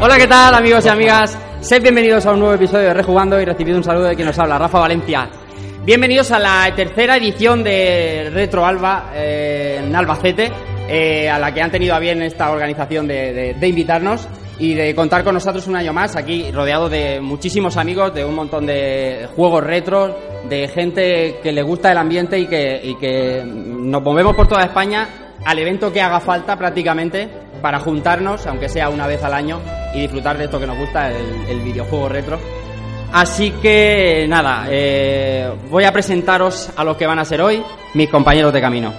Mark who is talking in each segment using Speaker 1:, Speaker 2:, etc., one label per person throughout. Speaker 1: Hola, ¿qué tal, amigos y amigas? Sed bienvenidos a un nuevo episodio de Rejugando y recibido un saludo de quien nos habla, Rafa Valencia. Bienvenidos a la tercera edición de Retro Alba eh, en Albacete, eh, a la que han tenido a bien esta organización de, de- de invitarnos y de contar con nosotros un año más, aquí rodeado de muchísimos amigos, de un montón de juegos retro, de gente que le gusta el ambiente y que, y que nos movemos por toda España al evento que haga falta prácticamente para juntarnos, aunque sea una vez al año, y disfrutar de esto que nos gusta, el, el videojuego retro. Así que nada, eh, voy a presentaros a los que van a ser hoy mis compañeros de camino.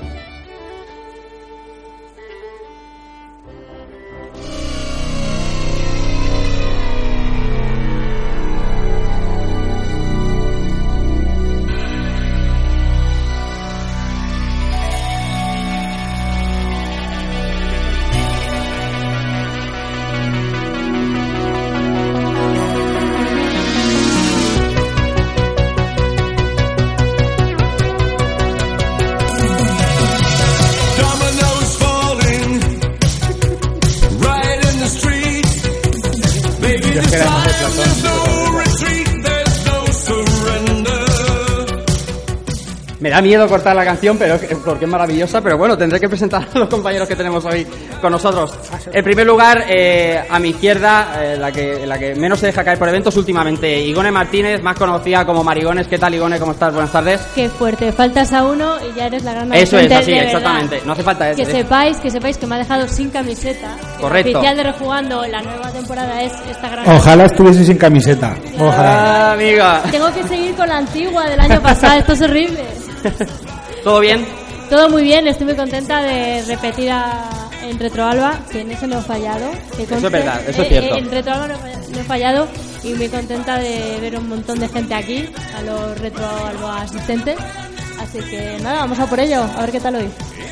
Speaker 2: Dominoes falling right in the street. Maybe this time there's no retreat, there's no surrender.
Speaker 1: Me da miedo cortar la canción, pero porque es maravillosa, pero bueno, tendré que presentar a los compañeros que tenemos hoy con nosotros. En primer lugar, eh, a mi izquierda, eh, la, que, la que menos se deja caer por eventos últimamente, Igone Martínez, más conocida como Marigones. ¿Qué tal, Igone? ¿Cómo estás? Buenas tardes.
Speaker 3: Qué fuerte, faltas a uno y ya eres la gran
Speaker 1: Eso es,
Speaker 3: adolescente,
Speaker 1: así,
Speaker 3: de verdad.
Speaker 1: exactamente. No hace falta
Speaker 3: Que
Speaker 1: eso. ¿eh?
Speaker 3: sepáis, que sepáis que me ha dejado sin camiseta. El
Speaker 1: Correcto.
Speaker 3: oficial de Rejugando, la nueva temporada es esta gran...
Speaker 4: Ojalá estuviese sin camiseta. Ojalá.
Speaker 1: Ah, amiga.
Speaker 3: Tengo que seguir con la antigua del año pasado, esto es horrible.
Speaker 1: ¿Todo bien?
Speaker 3: Todo muy bien, estoy muy contenta de repetir a- en Retroalba, que en eso no he fallado. que
Speaker 1: Eso es
Speaker 3: conste.
Speaker 1: verdad, eso es
Speaker 3: Eh,
Speaker 1: cierto.
Speaker 3: eh, en Retroalba no he fallado- no he fallado y muy contenta de ver un montón de gente aquí, a los Retroalba asistentes. Así que nada, vamos a por ello, a ver qué tal hoy.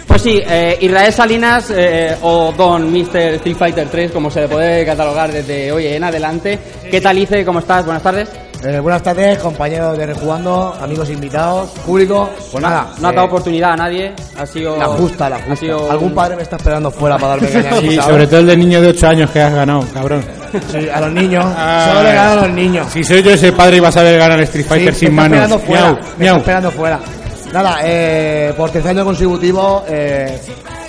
Speaker 1: Pues sí, eh, Israel Salinas eh, o Don Mr. Street Fighter 3, como se le puede catalogar desde hoy en adelante. ¿Qué tal, Ice? ¿Cómo estás? Buenas tardes.
Speaker 5: Eh, buenas tardes, compañeros de Rejugando, amigos invitados, público. Pues nada,
Speaker 1: No ha
Speaker 5: eh,
Speaker 1: dado oportunidad a nadie. Ha sido.
Speaker 5: La justa, la
Speaker 1: Ha
Speaker 5: justa.
Speaker 1: sido un-
Speaker 5: Algún padre me está esperando fuera para darme caña.
Speaker 4: Y
Speaker 5: ¿sabes?
Speaker 4: sobre todo el de niño de 8 años que has ganado, cabrón.
Speaker 5: Sí, a los niños.
Speaker 4: Ah,
Speaker 5: Solo le gano a los niños.
Speaker 4: Si soy yo ese padre, ibas a ver ganar el Street
Speaker 5: Sí,
Speaker 4: Fighter
Speaker 5: me
Speaker 4: sin
Speaker 5: está
Speaker 4: manos.
Speaker 5: esperando fuera,
Speaker 4: Miau,
Speaker 5: me está
Speaker 4: miau.
Speaker 5: esperando fuera. Nada, eh, por tercer año consecutivo, eh,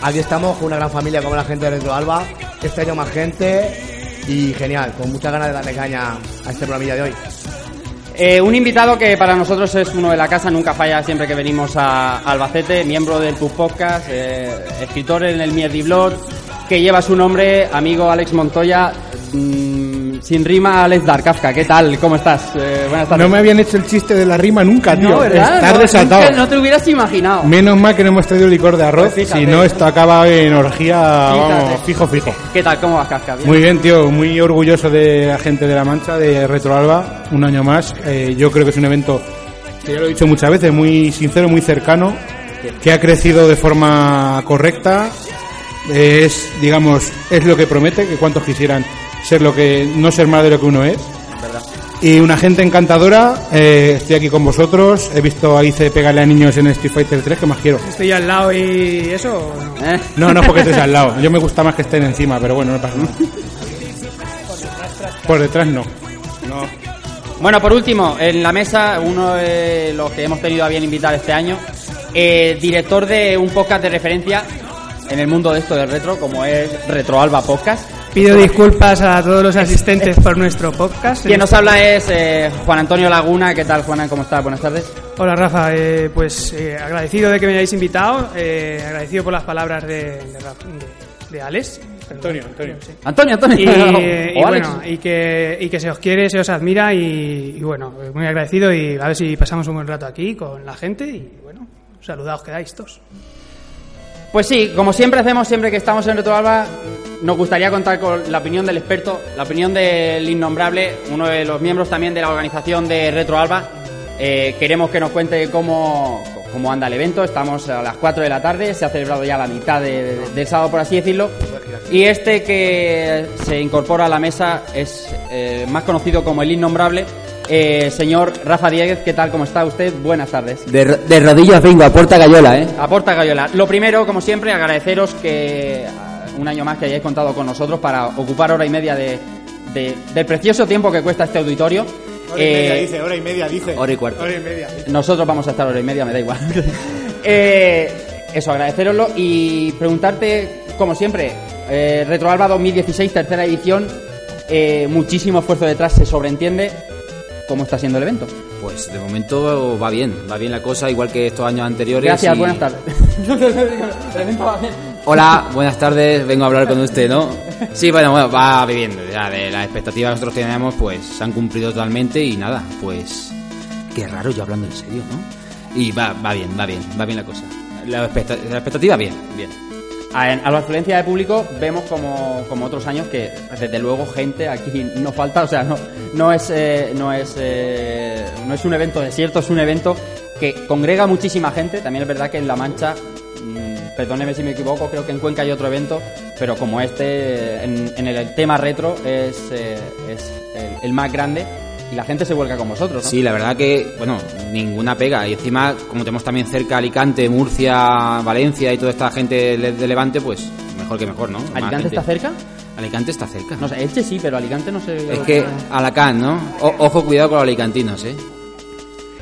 Speaker 5: aquí estamos con una gran familia como la gente de Retro Alba. Este año más gente y genial, con muchas ganas de darle caña a este programilla de hoy.
Speaker 1: Eh, un invitado que para nosotros es uno de la casa, nunca falla siempre que venimos a Albacete, miembro del Tu Podcast, eh, escritor en el Mierdi Blog, que lleva su nombre, amigo Alex Montoya, mm, sin rima Alex Darkafka. ¿Qué tal? ¿Cómo estás? Eh, buenas tardes.
Speaker 4: No me habían hecho el chiste de la rima nunca, tío.
Speaker 1: No, ¿verdad?
Speaker 4: Estar
Speaker 1: No,
Speaker 4: desatado.
Speaker 1: nunca- no te hubieras imaginado.
Speaker 4: Menos mal que no hemos traído licor de arroz.
Speaker 1: Pues fíjate.
Speaker 4: si no, esto acaba en orgía vamos,
Speaker 1: Fíjate.
Speaker 4: fijo, fijo.
Speaker 1: ¿Qué tal? ¿Cómo vas, Kafka? ¿Bien?
Speaker 4: Muy bien, tío. Muy orgulloso de la gente de La Mancha, de Retroalba. Un año más. Eh, yo creo que es un evento, que ya lo he dicho muchas veces, muy sincero, muy cercano, que ha crecido de forma correcta. Eh, es, digamos, es lo que promete, que cuantos quisieran ser lo que, no ser más de lo que uno es. Y una gente encantadora, eh, estoy aquí con vosotros, he visto a Ice pegarle a niños en Street Fighter 3, que más quiero.
Speaker 6: Estoy al lado y eso. ¿o no?
Speaker 1: ¿Eh?
Speaker 4: No, no es porque estés al lado. Yo me gusta más que estén encima, pero bueno, no pasa nada. Por detrás no.
Speaker 1: Bueno, por último, en la mesa, uno de los que hemos tenido a bien invitar este año, eh, director de un podcast de referencia en el mundo de esto del retro, como es Retroalba Podcast.
Speaker 6: Pido disculpas a todos los asistentes por nuestro podcast.
Speaker 1: Quien nos habla es eh, Juan Antonio Laguna. ¿Qué tal, Juana? ¿Cómo estás? Buenas tardes.
Speaker 6: Hola Rafa, eh, pues eh, agradecido de que me hayáis invitado, eh, agradecido por las palabras de, de Ra- de- de Alex. perdón.
Speaker 4: Antonio, Antonio.
Speaker 6: Sí.
Speaker 1: Antonio, Antonio.
Speaker 6: Y, y
Speaker 1: o Alex.
Speaker 6: bueno, y que, y que se os quiere, se os admira y, y bueno, muy agradecido y a ver si pasamos un buen rato aquí con la gente y bueno, saludados quedáis todos.
Speaker 1: Pues sí, como siempre hacemos, siempre que estamos en Retroalba, nos gustaría contar con la opinión del experto, la opinión del innombrable, uno de los miembros también de la organización de Retroalba. Eh, queremos que nos cuente cómo, cómo anda el evento. Estamos a las 4 de la tarde, se ha celebrado ya la mitad de- de- del sábado, por así decirlo. Y este que se incorpora a la mesa es eh, más conocido como el innombrable, eh, señor Rafa Dieguez. ¿Qué tal? ¿Cómo está usted? Buenas tardes.
Speaker 7: De, ro- de rodillas vengo, aporta gallola, ¿eh?
Speaker 1: Aporta Gallola. Lo primero, como siempre, agradeceros que ah, un año más que hayáis contado con nosotros para ocupar hora y media de, de- del precioso tiempo que cuesta este auditorio.
Speaker 4: Hora y media
Speaker 1: Eh,
Speaker 4: dice, hora y media dice.
Speaker 7: Hora y cuarto.
Speaker 4: Hora y media.
Speaker 1: nosotros vamos a estar hora y media, me da igual. Eh, eso, agradeceroslo y preguntarte, como siempre, eh, Retroalba 2016, tercera edición, eh, muchísimo esfuerzo detrás, se sobreentiende. ¿Cómo está siendo el evento?
Speaker 7: Pues de momento va bien, va bien la cosa, igual que estos años anteriores.
Speaker 1: Gracias,
Speaker 7: y-
Speaker 1: buenas tardes. El evento va bien.
Speaker 7: Hola, buenas tardes, vengo a hablar con usted, ¿no? Sí, bueno, bueno, va viviendo. Ya de las expectativas que nosotros teníamos, pues se han cumplido totalmente y nada, pues. Qué raro yo hablando en serio, ¿no? Y va, va bien, va bien, va bien la cosa. La, expecta- la expectativa, bien, bien.
Speaker 1: A, a la afluencia de público vemos como, como otros años que desde luego gente aquí no falta, o sea, no, no, es, eh, no, es, eh, no es un evento desierto, es un evento que congrega muchísima gente, también es verdad que en La Mancha, mm, perdóneme si me equivoco, creo que en Cuenca hay otro evento, pero como este eh, en, en el tema retro es, eh, es el, el más grande y la gente se vuelca con vosotros, ¿no?
Speaker 7: Sí, la verdad que, bueno, ninguna pega. Y encima, como tenemos también cerca Alicante, Murcia, Valencia y toda esta gente le- de Levante, pues mejor que mejor, ¿no? Más
Speaker 1: ¿Alicante
Speaker 7: gente.
Speaker 1: está cerca?
Speaker 7: Alicante está cerca.
Speaker 1: No sé, Elche sí, pero Alicante no sé...
Speaker 7: es que Alacant, ¿no? O- ojo, cuidado con los alicantinos, ¿eh?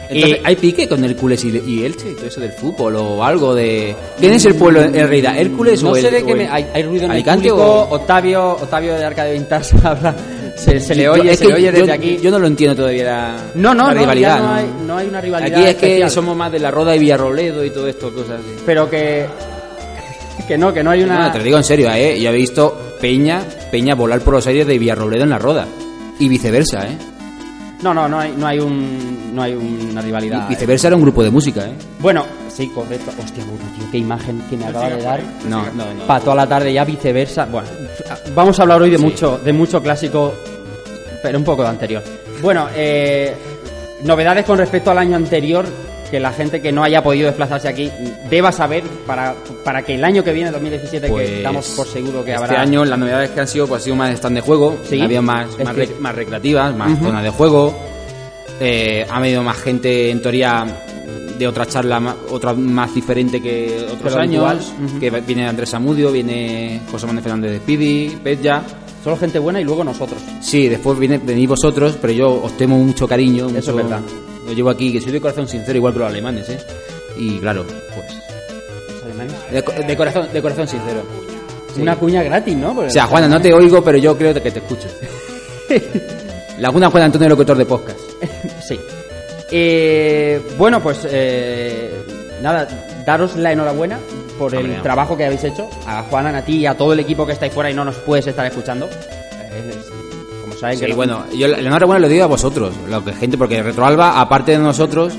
Speaker 7: Entonces,
Speaker 1: Y-
Speaker 7: ¿Hay pique con Hércules y, y Elche y todo eso del fútbol o algo de...? ¿Quién es el pueblo en realidad? ¿Hércules
Speaker 1: No
Speaker 7: o
Speaker 1: sé
Speaker 7: el-
Speaker 1: de qué
Speaker 7: o
Speaker 1: me...
Speaker 7: el-
Speaker 1: Hay, hay ruido en
Speaker 7: ¿Alicante
Speaker 1: el público.
Speaker 7: o...?
Speaker 1: Octavio, Octavio de Arca de Vintas habla. Se, se le oye,
Speaker 7: Es
Speaker 1: se
Speaker 7: que
Speaker 1: le oye desde
Speaker 7: yo,
Speaker 1: aquí.
Speaker 7: Yo no lo entiendo todavía la,
Speaker 1: no, no,
Speaker 7: la
Speaker 1: no,
Speaker 7: rivalidad.
Speaker 1: ya no,
Speaker 7: ¿no?
Speaker 1: hay, no hay una rivalidad.
Speaker 7: Aquí es que
Speaker 1: especial.
Speaker 7: somos más de la Roda y Villarrobledo y todo esto, cosas así.
Speaker 1: Pero que. Que no, que no hay una.
Speaker 7: No, te lo digo en serio, ¿eh? Yo he visto Peña, Peña volar por los aires de Villarrobledo en la Roda. Y viceversa, ¿eh?
Speaker 1: No, no, no hay, no hay, un, no hay una rivalidad.
Speaker 7: Y viceversa era un grupo de música, ¿eh?
Speaker 1: Bueno, sí, correcto. Hostia, bueno, tío, qué imagen que me acaba de dar.
Speaker 7: No, no, no.
Speaker 1: Para toda la tarde ya viceversa. Bueno, vamos a hablar hoy de mucho, de mucho clásico, pero un poco de anterior. Bueno, eh, novedades con respecto al año anterior que la gente que no haya podido desplazarse aquí deba saber para, para que el año que viene, 2017,
Speaker 7: Pues,
Speaker 1: que damos por seguro que
Speaker 7: este
Speaker 1: habrá.
Speaker 7: año las novedades que han sido, pues ha sido más stand de juego,
Speaker 1: Sí.
Speaker 7: había más,
Speaker 1: Es
Speaker 7: más,
Speaker 1: que-
Speaker 7: rec- más recreativas, más
Speaker 1: Ujú.
Speaker 7: zonas de juego, eh, ha venido más gente en teoría de otra charla, ma- otra más diferente que otros
Speaker 1: lo habitual,
Speaker 7: años,
Speaker 1: ujú.
Speaker 7: que va- viene Andrés Amudio, viene José Manuel Fernández de Pidi, Petja.
Speaker 1: Solo gente buena y luego nosotros.
Speaker 7: Sí, después viene, venís vosotros, pero yo os temo mucho cariño.
Speaker 1: Eso
Speaker 7: mucho-
Speaker 1: es verdad.
Speaker 7: Lo llevo aquí, que soy de corazón sincero, igual que los alemanes, ¿eh? Y claro, pues.
Speaker 1: los alemanes.
Speaker 7: De, co- de corazón, de corazón sincero. Sí.
Speaker 1: Una cuña gratis, ¿no? Porque-
Speaker 7: O sea, Juana, no te oigo, pero yo creo que te escucho. Laguna Juan Antonio, locutor de podcast.
Speaker 1: Sí. Eh, bueno, pues eh, nada, daros la enhorabuena por el
Speaker 7: Hombre, no.
Speaker 1: trabajo que habéis hecho. A Juanan, a ti y a todo el equipo que estáis fuera y no nos puedes estar escuchando. Eh, es- como sabéis, que
Speaker 7: Sí,
Speaker 1: no-
Speaker 7: bueno, yo la la enhorabuena lo digo a vosotros, lo que gente, porque Retroalba, aparte de nosotros,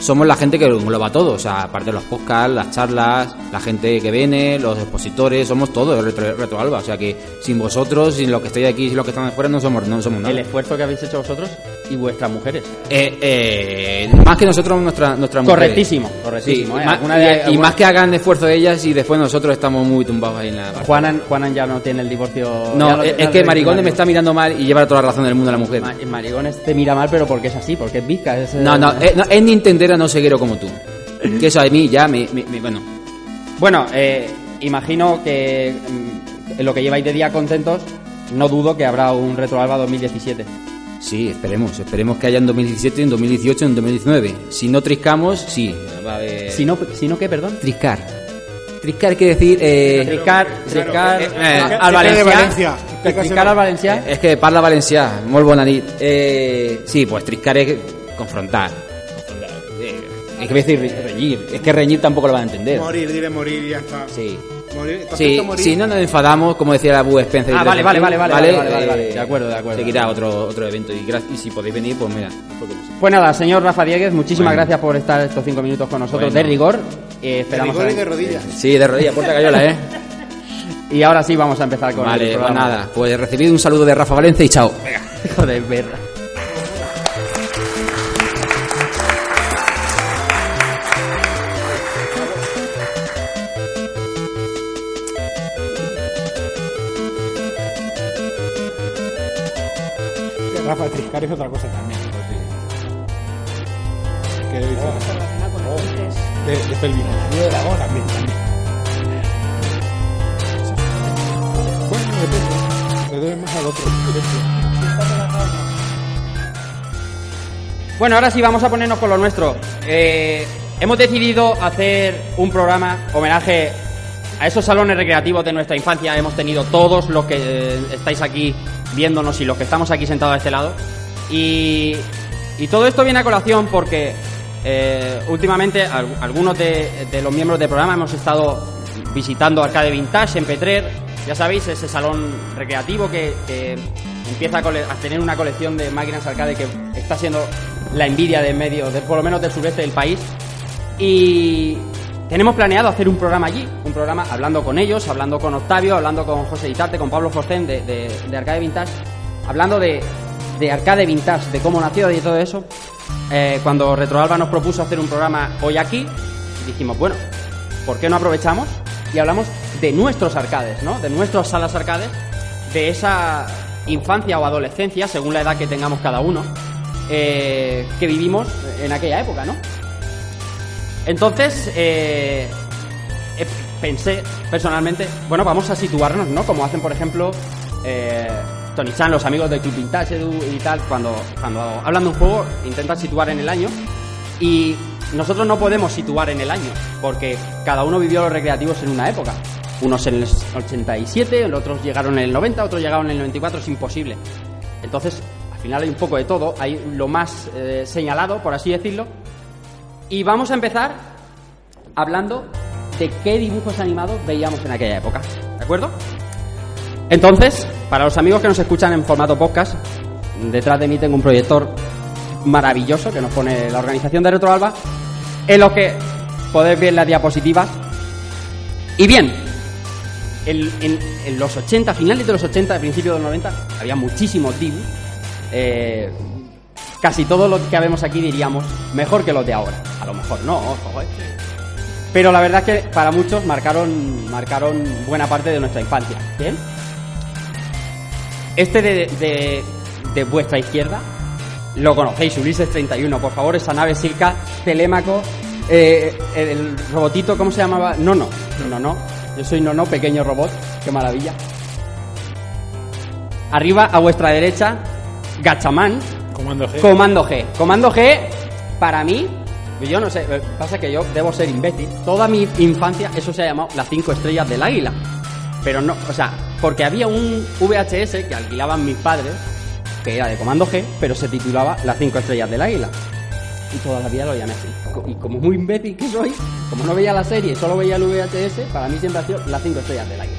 Speaker 7: somos la gente que lo engloba todo, o sea, aparte de los podcasts, las charlas, la gente que viene, los expositores, somos todo Retro- Retroalba, o sea que sin vosotros, sin los que estáis aquí, sin los que están afuera, no somos, no somos nada.
Speaker 1: el esfuerzo que habéis hecho vosotros y vuestras mujeres.
Speaker 7: Eh, eh, más que nosotros, nuestra, nuestra mujer.
Speaker 1: Correctísimo, correctísimo, eh,
Speaker 7: y, más-
Speaker 1: alguna de-
Speaker 7: y- y
Speaker 1: alguna-
Speaker 7: más que hagan esfuerzo ellas y después nosotros estamos muy tumbados ahí en la...
Speaker 1: Juanan, Juanan ya no tiene el divorcio. ya
Speaker 7: No,
Speaker 1: lo-
Speaker 7: es,
Speaker 1: ya
Speaker 7: es
Speaker 1: lo
Speaker 7: que Marigones me
Speaker 1: tiene Marigones.
Speaker 7: está mirando mal y lleva toda la razón del mundo a la mujer.
Speaker 1: Ma- Marigones te mira mal, pero porque es así, porque es bizca. es, eh,
Speaker 7: No, no, es, no, es nintendera no ceguero como tú. Que eso a mí ya me... me- me- bueno,
Speaker 1: Bueno, eh, imagino que mm, en lo que lleváis de día contentos, no dudo que habrá un Retroalba 2017.
Speaker 7: Eh. sí, esperemos. Esperemos que haya en 2017, en 2018, en 2019. Si no triscamos, sí. Va a haber-
Speaker 1: Si no, si no ¿qué, perdón?
Speaker 7: Triscar. Triscar quiere decir... eh,
Speaker 1: Triscar, triscar,
Speaker 7: Eh, eh,
Speaker 1: al-
Speaker 7: al
Speaker 1: al
Speaker 7: Valencia.
Speaker 1: Valencia. Triscar al Valencia.
Speaker 7: eh, Es que parla valencià, molt bona nit. Eh, sí, pues triscar es confrontar. Confrontar. Eh, es que voy a decir re- reñir. Es que reñir tampoco lo van a entender.
Speaker 4: Morir, dile morir y ya está.
Speaker 7: Sí.
Speaker 4: morir. Te
Speaker 8: Sí,
Speaker 4: acepto morir.
Speaker 8: si no nos enfadamos, como decía la Bu Spencer.
Speaker 1: Ah, vale, vale, vale, vale, vale, vale, vale,
Speaker 8: Eh,
Speaker 1: vale. De acuerdo, de acuerdo.
Speaker 8: Seguirá otro, otro evento y, gra- y si podéis venir, pues mira. porque no sé.
Speaker 1: Pues nada, señor Rafa Dieguez, muchísimas
Speaker 8: Bueno.
Speaker 1: gracias por estar estos cinco minutos con nosotros
Speaker 8: Bueno.
Speaker 1: de rigor. Eh, esperamos
Speaker 4: Rigor y
Speaker 1: a-
Speaker 4: de rodillas.
Speaker 8: Sí, de rodillas, puerta cayola, ¿eh?
Speaker 1: Y ahora sí vamos a empezar con el
Speaker 8: Vale, pues
Speaker 1: programa.
Speaker 8: nada. Pues recibid un saludo de Rafa Valencia y chao.
Speaker 1: Hijo de perra.
Speaker 4: Rafa Triscar es otra cosa también. Oh, Que dice- Oh, de, de pelvis. También, también. Bueno, depende. Le doy más al otro.
Speaker 1: Bueno, ahora sí vamos a ponernos con lo nuestro. Eh, hemos decidido hacer un programa homenaje a esos salones recreativos de nuestra infancia. Hemos tenido todos los que eh, estáis aquí viéndonos y los que estamos aquí sentados a este lado. Y, y todo esto viene a colación porque eh, últimamente al- algunos de, de los miembros del programa hemos estado visitando Arcade Vintage en Petrer. Ya sabéis, ese salón recreativo que, que empieza a, cole- a tener una colección de máquinas arcade que está siendo la envidia de medio, de- por lo menos del sureste del país. Y tenemos planeado hacer un programa allí, un programa hablando con ellos, hablando con Octavio, hablando con José Ditarte, con Pablo Forcén de, de- de Arcade Vintage, hablando de, de Arcade Vintage, de cómo nació y de todo eso. Eh, cuando Retroalba nos propuso hacer un programa hoy aquí, dijimos, bueno, ¿por qué no aprovechamos? Y hablamos de nuestros arcades, ¿no? De nuestras salas arcades, de esa infancia o adolescencia, según la edad que tengamos cada uno, eh, que vivimos en aquella época, ¿no? Entonces, eh, eh, pensé personalmente, bueno, vamos a situarnos, ¿no? Como hacen, por ejemplo, eh, Tony Chan, los amigos de Club Vintage Edu y tal, cuando, cuando hablan de un juego, intentan situar en el año. Y nosotros no podemos situar en el año, porque cada uno vivió los recreativos en una época. Unos en el 87, los otros llegaron en el 90, otros llegaron en el 94, es imposible. Entonces, al final hay un poco de todo, hay lo más eh, señalado, por así decirlo. Y vamos a empezar hablando de qué dibujos animados veíamos en aquella época. ¿De acuerdo? Entonces, para los amigos que nos escuchan en formato podcast, detrás de mí tengo un proyector maravilloso que nos pone la organización de Retroalba, en los que podéis ver las diapositivas. Y bien, en, en- en los 80, finales de los 80, principios de los 90, había muchísimos dibujos. Eh, casi todo lo que vemos aquí diríamos mejor que los de ahora. A lo mejor no, ojo, eh. Pero la verdad es que para muchos marcaron, marcaron buena parte de nuestra infancia. ¿Bien? Este de, de- de vuestra izquierda lo conocéis, Ulises 31. Por favor, esa nave circa, Telémaco, eh, el robotito, ¿cómo se llamaba? No, no, no, no. Yo soy Nono, pequeño robot. Qué maravilla. Arriba, a vuestra derecha, Gachamán,
Speaker 4: Comando G.
Speaker 1: Comando G. Comando G, para mí, yo no sé, eh, pasa que yo debo ser imbécil. Toda mi infancia eso se ha llamado las cinco estrellas del águila. Pero no, o sea, porque había un VHS que alquilaban mis padres, que era de Comando G, pero se titulaba Las cinco estrellas del águila. Y toda la vida lo llamé así. Co- Y como muy imbécil que soy, como no veía la serie, solo veía el VHS, para mí siempre ha sido Las cinco estrellas del águila.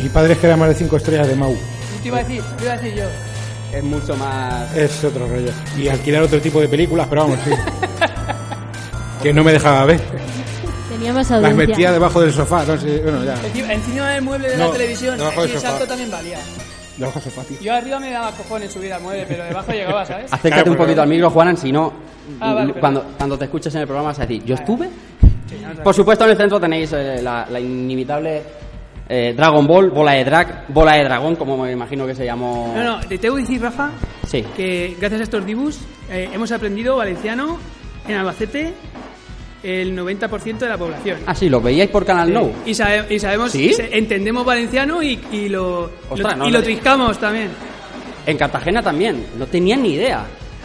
Speaker 4: Mi padre es que era más de 5 estrellas de Mau.
Speaker 9: Te iba a decir, te iba a decir yo.
Speaker 1: Es mucho más...
Speaker 4: Es otro rollo. Y alquilar otro tipo de películas, pero vamos, sí. que no me dejaba ver.
Speaker 3: Tenía más
Speaker 4: Las
Speaker 3: audiencia.
Speaker 4: metía debajo del sofá. No sé, bueno, ya.
Speaker 9: Encima, encima del mueble de
Speaker 4: No,
Speaker 9: la televisión,
Speaker 4: debajo del
Speaker 9: así el
Speaker 4: sofá.
Speaker 9: salto también valía.
Speaker 4: Debajo del sofá, tío.
Speaker 9: Yo arriba me daba cojones subir al mueble, pero debajo llegaba, ¿sabes?
Speaker 1: Acércate
Speaker 4: Claro,
Speaker 1: un
Speaker 4: porque-
Speaker 1: poquito al micro, Juanan, si no,
Speaker 9: Ah, vale, perdón.
Speaker 1: cuando, cuando te escuches en el programa vas a decir, ¿yo estuve? Por supuesto, en el centro tenéis eh, la, la inimitable eh, Dragon Ball, bola de drag, bola de dragón, como me imagino que se llamó.
Speaker 6: No, no, te tengo que decir, Rafa,
Speaker 1: Sí.
Speaker 6: que gracias a estos dibus eh, hemos aprendido valenciano en Albacete el 90% de la población.
Speaker 1: Ah, sí, lo veíais por Canal No.
Speaker 6: Y, sabe- y sabemos,
Speaker 1: ¿Sí?
Speaker 6: se- entendemos valenciano y, y lo,
Speaker 1: Ostras,
Speaker 6: lo-
Speaker 1: no,
Speaker 6: y lo
Speaker 1: no.
Speaker 6: triscamos también.
Speaker 1: En Cartagena también, no tenían ni idea.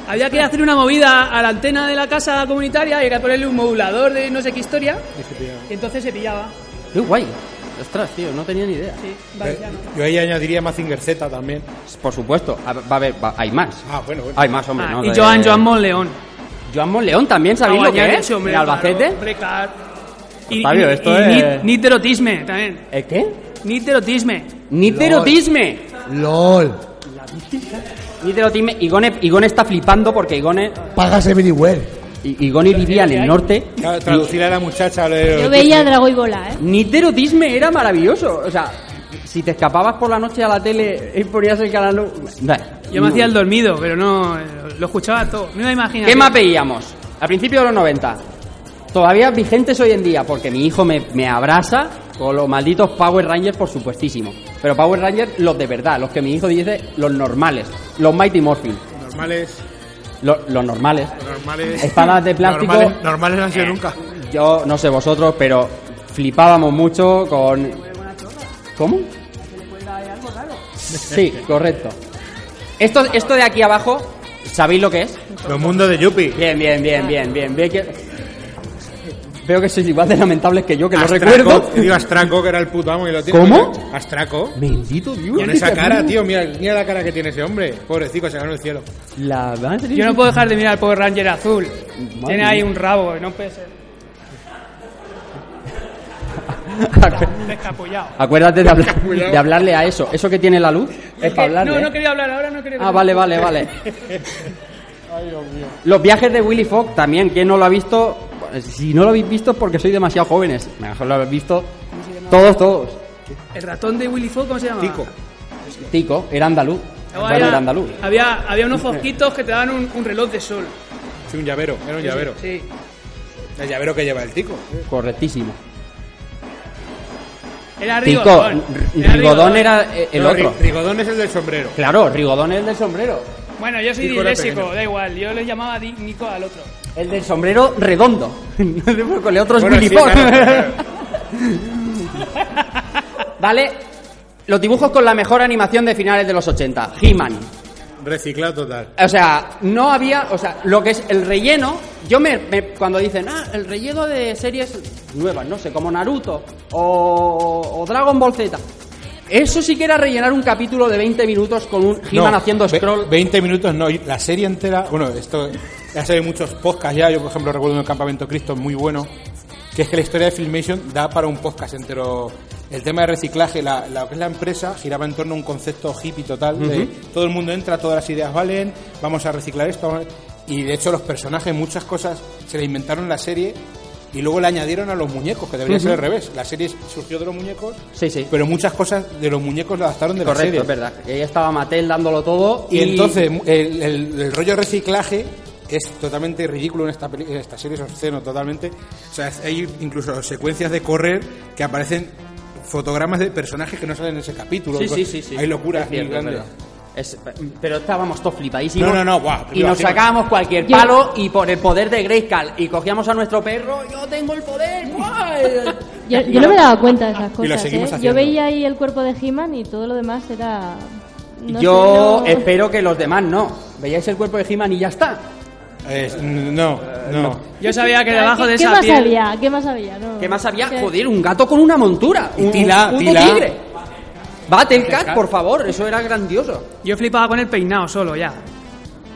Speaker 6: Había que hacer una movida a la antena de la casa comunitaria y que ponerle un modulador de no sé qué historia. Y entonces se pillaba.
Speaker 1: Qué guay. Ostras, tío, no tenía ni idea.
Speaker 6: Sí, valenciano.
Speaker 4: Yo ahí añadiría Mazinger Z también.
Speaker 1: Por supuesto, a- va a haber, va- hay más.
Speaker 4: Ah, bueno, bueno.
Speaker 1: Hay más, hombre.
Speaker 6: Ah,
Speaker 1: no,
Speaker 6: y
Speaker 1: de-
Speaker 6: Joan, Joan Monleón.
Speaker 1: Joan Monleón también, ¿sabéis lo que
Speaker 6: Aguañares,
Speaker 1: es?
Speaker 6: hombre,
Speaker 1: ¿De Albacete? Pues,
Speaker 6: claro, hombre, claro. Y,
Speaker 10: Fabio,
Speaker 6: y-
Speaker 10: esto
Speaker 6: y ni-
Speaker 10: es-
Speaker 6: Niterotisme también.
Speaker 1: ¿El ¿Eh, qué?
Speaker 6: Niterotisme.
Speaker 4: eh,
Speaker 1: ¡Niterotisme!
Speaker 5: LOL.
Speaker 1: Niterotisme. Igone, Igone está flipando porque Igone,
Speaker 5: Págase miniware.
Speaker 1: I- Igone vivía en el norte.
Speaker 4: Claro, traducir a la muchacha. lo de-
Speaker 3: Yo veía Drago y Bola, ¿eh?
Speaker 1: Niterotisme era maravilloso. O sea, si te escapabas por la noche a la tele y ponías el canal. u- Vale.
Speaker 6: Yo me hacía el dormido, pero no. eh, Lo escuchaba todo. No me imagino.
Speaker 1: ¿Qué más veíamos? Al principio de los 90. Todavía vigentes hoy en día, porque mi hijo me, me abraza con los malditos Power Rangers, por supuestísimo. Pero Power Rangers, los de verdad, los que mi hijo dice, los normales, los Mighty Morphin,
Speaker 10: Normales,
Speaker 1: lo- los normales.
Speaker 10: normales.
Speaker 1: Espadas de plástico. Eh.
Speaker 10: Normales, normales no han sido nunca.
Speaker 1: Yo no sé vosotros, pero flipábamos mucho con. ¿Cómo? Sí, correcto. Esto, esto de aquí abajo, ¿sabéis lo que es?
Speaker 10: Los mundos de Yuppie.
Speaker 1: Bien, bien, bien, bien, bien. Veo que, Veo que sois igual de lamentables que yo, que lo
Speaker 10: Astraco,
Speaker 1: recuerdo.
Speaker 10: te Digo Astraco, que era el puto amo y lo tiene.
Speaker 1: ¿Cómo?
Speaker 10: Astraco.
Speaker 1: Bendito Dios.
Speaker 10: Con esa cara, tío, mira, mira la cara que tiene ese hombre. Pobrecito, se ganó el cielo.
Speaker 1: La madre.
Speaker 6: Yo no puedo dejar de mirar al Power Ranger azul.
Speaker 1: Madre
Speaker 6: Tiene ahí
Speaker 1: mía.
Speaker 6: un rabo, no puede ser.
Speaker 1: Acu-
Speaker 6: Descapollado.
Speaker 1: Acuérdate de, hablar- de hablarle a eso. Eso que tiene la luz es para hablarle.
Speaker 6: No,
Speaker 1: ¿eh?
Speaker 6: no quería hablar, ahora no quería
Speaker 1: Ah, vale, vale, vale. Los viajes de Willy Fogg también, ¿quién no lo ha visto? Bueno, Si no lo habéis visto es porque sois demasiado jóvenes. Mejor lo habéis visto todos, todos.
Speaker 6: ¿El ratón de Willy Fogg cómo se llama?
Speaker 10: Tico.
Speaker 1: Tico, era andaluz. Bueno,
Speaker 6: había,
Speaker 1: era andaluz.
Speaker 6: Había, había unos fosquitos que te daban un, un reloj de sol.
Speaker 10: Sí, un llavero, era un llavero.
Speaker 6: Sí.
Speaker 10: El llavero que lleva el tico.
Speaker 1: Correctísimo.
Speaker 6: Era
Speaker 1: Tico,
Speaker 6: Rigodón.
Speaker 1: R- Rigodón era eh, el
Speaker 10: No, Ri-
Speaker 1: otro.
Speaker 10: Rigodón es el del sombrero.
Speaker 1: Claro, Rigodón es el del sombrero.
Speaker 6: Bueno, yo soy
Speaker 10: Tico era
Speaker 6: disléxico,
Speaker 10: pequeño.
Speaker 6: da igual. Yo le llamaba di- Nico al otro.
Speaker 1: El del sombrero redondo. Con el otro es
Speaker 10: Bueno,
Speaker 1: Willy
Speaker 10: sí,
Speaker 1: Fogg.
Speaker 10: claro, claro.
Speaker 1: vale. Los dibujos con la mejor animación de finales de los 80. He-Man.
Speaker 10: Reciclado total.
Speaker 1: O sea, no había, o sea, lo que es el relleno, yo me, me- cuando dicen, ah, el relleno de series nuevas, no sé, como Naruto o, o Dragon Ball Z. Eso sí que era rellenar un capítulo de 20 minutos con un He-Man
Speaker 4: No,
Speaker 1: haciendo
Speaker 4: ve-
Speaker 1: scroll.
Speaker 4: 20 minutos no, la serie entera. Bueno, esto ya se ve en muchos podcasts ya. Yo, por ejemplo, recuerdo un Campamento Cristo muy bueno. Que es que la historia de Filmation da para un podcast entero. El tema de reciclaje, la, la- lo que es la empresa, giraba en torno a un concepto hippie total. De todo el mundo entra, todas las ideas valen, vamos a reciclar esto. vamos a- Y de hecho, los personajes, muchas cosas se le inventaron en la serie. Y luego le añadieron a los muñecos, que debería ser al revés. La serie surgió de los muñecos,
Speaker 1: Sí, sí.
Speaker 4: pero muchas cosas de los muñecos la adaptaron de la
Speaker 1: Correcto,
Speaker 4: serie.
Speaker 1: es verdad. Y ahí estaba Mattel dándolo todo.
Speaker 4: Y entonces el, el- el rollo reciclaje es totalmente ridículo en esta, peli- en esta serie, es obsceno totalmente. O sea, es- hay incluso secuencias de correr que aparecen fotogramas de personajes que no salen en ese capítulo. Pues,
Speaker 1: Sí, sí, sí, sí.
Speaker 4: Hay locuras
Speaker 1: Es
Speaker 4: muy
Speaker 1: cierto,
Speaker 4: grandes.
Speaker 1: es verdad. Es- pero estábamos todos flipadísimos.
Speaker 4: No, no, no, guau,
Speaker 1: y nos
Speaker 4: flipadísimos.
Speaker 1: sacábamos cualquier
Speaker 11: Yo-
Speaker 1: palo y por el poder de Grayskull y cogíamos a nuestro perro. Yo tengo el poder. guau".
Speaker 3: Yo, yo no me daba cuenta de esas
Speaker 4: Y lo
Speaker 3: cosas,
Speaker 4: seguimos
Speaker 3: ¿eh? Yo
Speaker 4: haciendo.
Speaker 3: veía ahí el cuerpo de He-Man y todo lo demás era... no
Speaker 1: Yo
Speaker 3: sé, no-
Speaker 1: espero que los demás no. Veíais el cuerpo de He-Man y ya está.
Speaker 3: Ah,
Speaker 4: Es- no, no.
Speaker 6: Yo sabía que
Speaker 3: Pero
Speaker 6: debajo
Speaker 3: ¿qué-
Speaker 6: de
Speaker 3: ¿Qué
Speaker 6: esa
Speaker 3: más
Speaker 6: piel.
Speaker 3: había? ¿Qué más había? No.
Speaker 1: ¿Qué más había?
Speaker 3: ¿Qué?
Speaker 1: Joder, un gato con una montura.
Speaker 4: Y
Speaker 1: Un,
Speaker 4: tila,
Speaker 1: un puto
Speaker 4: tila.
Speaker 1: tigre. Battlecat, por favor, eso era grandioso.
Speaker 6: Yo flipaba con el peinado solo ya.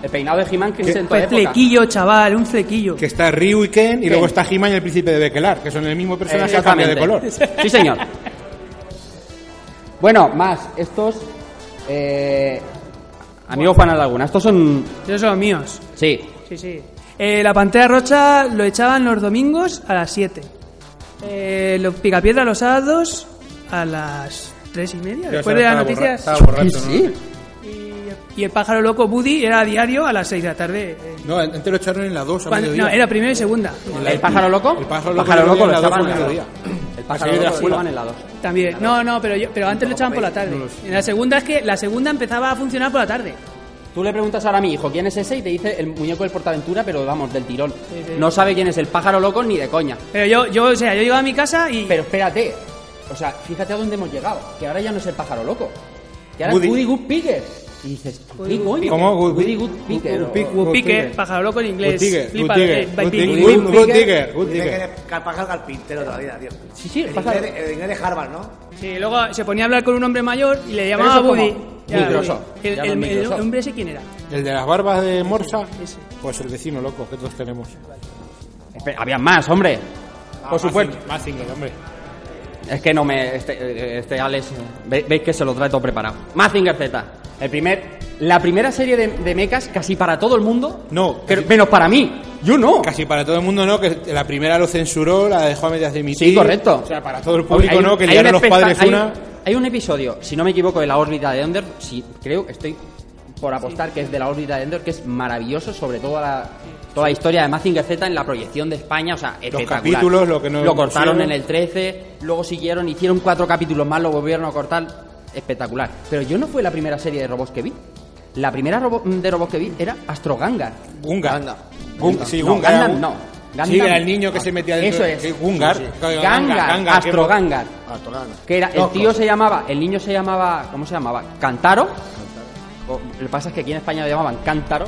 Speaker 1: El peinado de He-Man que
Speaker 4: ¿Qué?
Speaker 1: se en toda
Speaker 6: Un
Speaker 1: época.
Speaker 6: flequillo, chaval, un flequillo.
Speaker 4: Que está Ryu y Ken, y luego está he y el príncipe de Bekelar, que son el mismo personaje a cambio de color.
Speaker 1: Eh, Sí, señor. Bueno, más. Estos. Eh, amigo Juan Laguna, estos son.
Speaker 6: Esos son los míos.
Speaker 1: Sí.
Speaker 6: Sí, sí. Eh, la pantera rocha lo echaban los domingos a las 7. Eh, los picapiedra los sábados a las 3 y media.
Speaker 10: Yo
Speaker 6: Después
Speaker 10: estaba-
Speaker 6: de las
Speaker 10: estaba borra-
Speaker 6: noticias.
Speaker 10: estaba borracho, ¿no?
Speaker 1: Sí.
Speaker 6: Y el pájaro loco Buddy era a diario a las 6 de la tarde. eh,
Speaker 4: No, antes lo echaron en la 2 a
Speaker 6: cuando-
Speaker 4: mediodía.
Speaker 6: no, era primera y segunda.
Speaker 1: ¿El pájaro loco?
Speaker 4: El pájaro loco lo daban
Speaker 1: lo echaban
Speaker 4: al
Speaker 1: en la
Speaker 4: mediodía.
Speaker 1: dos. El
Speaker 4: Salió
Speaker 1: pájaro
Speaker 4: de la
Speaker 1: loco lo
Speaker 4: escuela.
Speaker 1: echaban en la dos.
Speaker 6: También. No, no, pero, yo, pero antes lo echaban por la tarde. En la segunda es que la segunda empezaba a funcionar por la tarde.
Speaker 1: Tú le preguntas ahora a mi hijo quién es ese y te dice el muñeco del portaventura, pero vamos, del tirón. No sabe quién es el pájaro loco ni de coña.
Speaker 6: Pero yo, yo o sea, yo llegaba a mi casa y.
Speaker 1: Pero espérate, o sea, fíjate a dónde hemos llegado, que ahora ya no es el pájaro loco, que ahora
Speaker 4: Woody.
Speaker 1: es Woody Good Picker. Y dices, ¿qué coño?
Speaker 4: ¿Cómo? Woody-
Speaker 1: Woody Good Picker.
Speaker 4: Woody Picker.
Speaker 1: o-
Speaker 6: Pique,
Speaker 4: Tiger.
Speaker 6: pájaro loco en inglés.
Speaker 4: Tiger,
Speaker 6: Flipa, eh, by
Speaker 4: Good
Speaker 6: Pique.
Speaker 4: Tiger, Good- Good Tiger, Good
Speaker 5: Tiene que
Speaker 4: Tiger.
Speaker 5: eres pájaro carpintero de la vida, tío.
Speaker 1: Sí, sí, el
Speaker 5: El
Speaker 1: pájaro.
Speaker 5: inglés, el inglés de Harvard, ¿no?
Speaker 6: Sí, luego se ponía a hablar con un hombre mayor y le
Speaker 1: Pero
Speaker 6: llamaba
Speaker 1: eso es
Speaker 6: Buddy.
Speaker 1: como
Speaker 6: Ya,
Speaker 1: Microsoft.
Speaker 6: Buddy. El,
Speaker 1: Llaman
Speaker 6: el- el
Speaker 1: Microsoft.
Speaker 6: hombre ese quién era.
Speaker 4: El de las barbas de Morsa, pues el vecino loco que todos tenemos.
Speaker 1: Espera, Había más, hombre.
Speaker 12: por supuesto.
Speaker 4: Más single, hombre.
Speaker 1: Es que no me. Este, este Alex. ve- Veis que se lo trae todo preparado. Mazinger Z. El primer. La primera serie de, de mechas casi para todo el mundo.
Speaker 4: No,
Speaker 1: que- menos para mí. Yo no.
Speaker 4: Casi para todo el mundo no, que la primera lo censuró, la dejó a medias de emitir.
Speaker 1: Sí, correcto.
Speaker 4: O sea, para todo el público no, que
Speaker 1: hay
Speaker 4: liaron
Speaker 1: un
Speaker 4: los
Speaker 1: especta-
Speaker 4: padres
Speaker 1: hay,
Speaker 4: una.
Speaker 1: hay un episodio, si no me equivoco, de la órbita de Ender. Sí, creo, estoy por apostar que es de la órbita de Ender, que es maravilloso, sobre todo la, toda la historia de Mazinger Z en la proyección de España. O sea, espectacular.
Speaker 4: capítulos, lo que no
Speaker 1: Lo cortaron
Speaker 4: hicieron.
Speaker 1: en el 13, luego siguieron, hicieron cuatro capítulos más, lo volvieron a cortar. Espectacular. Pero yo no fue la primera serie de robots que vi. La primera robo- de robots que vi era Astro Gangar.
Speaker 4: Gungar. Gun- sí,
Speaker 1: No,
Speaker 4: Gungar.
Speaker 1: Gundam
Speaker 4: Gun-
Speaker 1: no.
Speaker 4: Sí,
Speaker 1: Gundam.
Speaker 4: era el niño que se metía dentro.
Speaker 1: Eso es.
Speaker 4: sí, Gungar.
Speaker 1: Sí, sí.
Speaker 4: Claro,
Speaker 1: Gangar,
Speaker 4: Gangar, que-
Speaker 1: Astro Gangar.
Speaker 5: Artolana.
Speaker 1: Que era, el
Speaker 5: Loco.
Speaker 1: tío se llamaba, el niño se llamaba, ¿cómo se llamaba? Cántaro. O- Lo que pasa es que aquí en España lo llamaban Cántaro.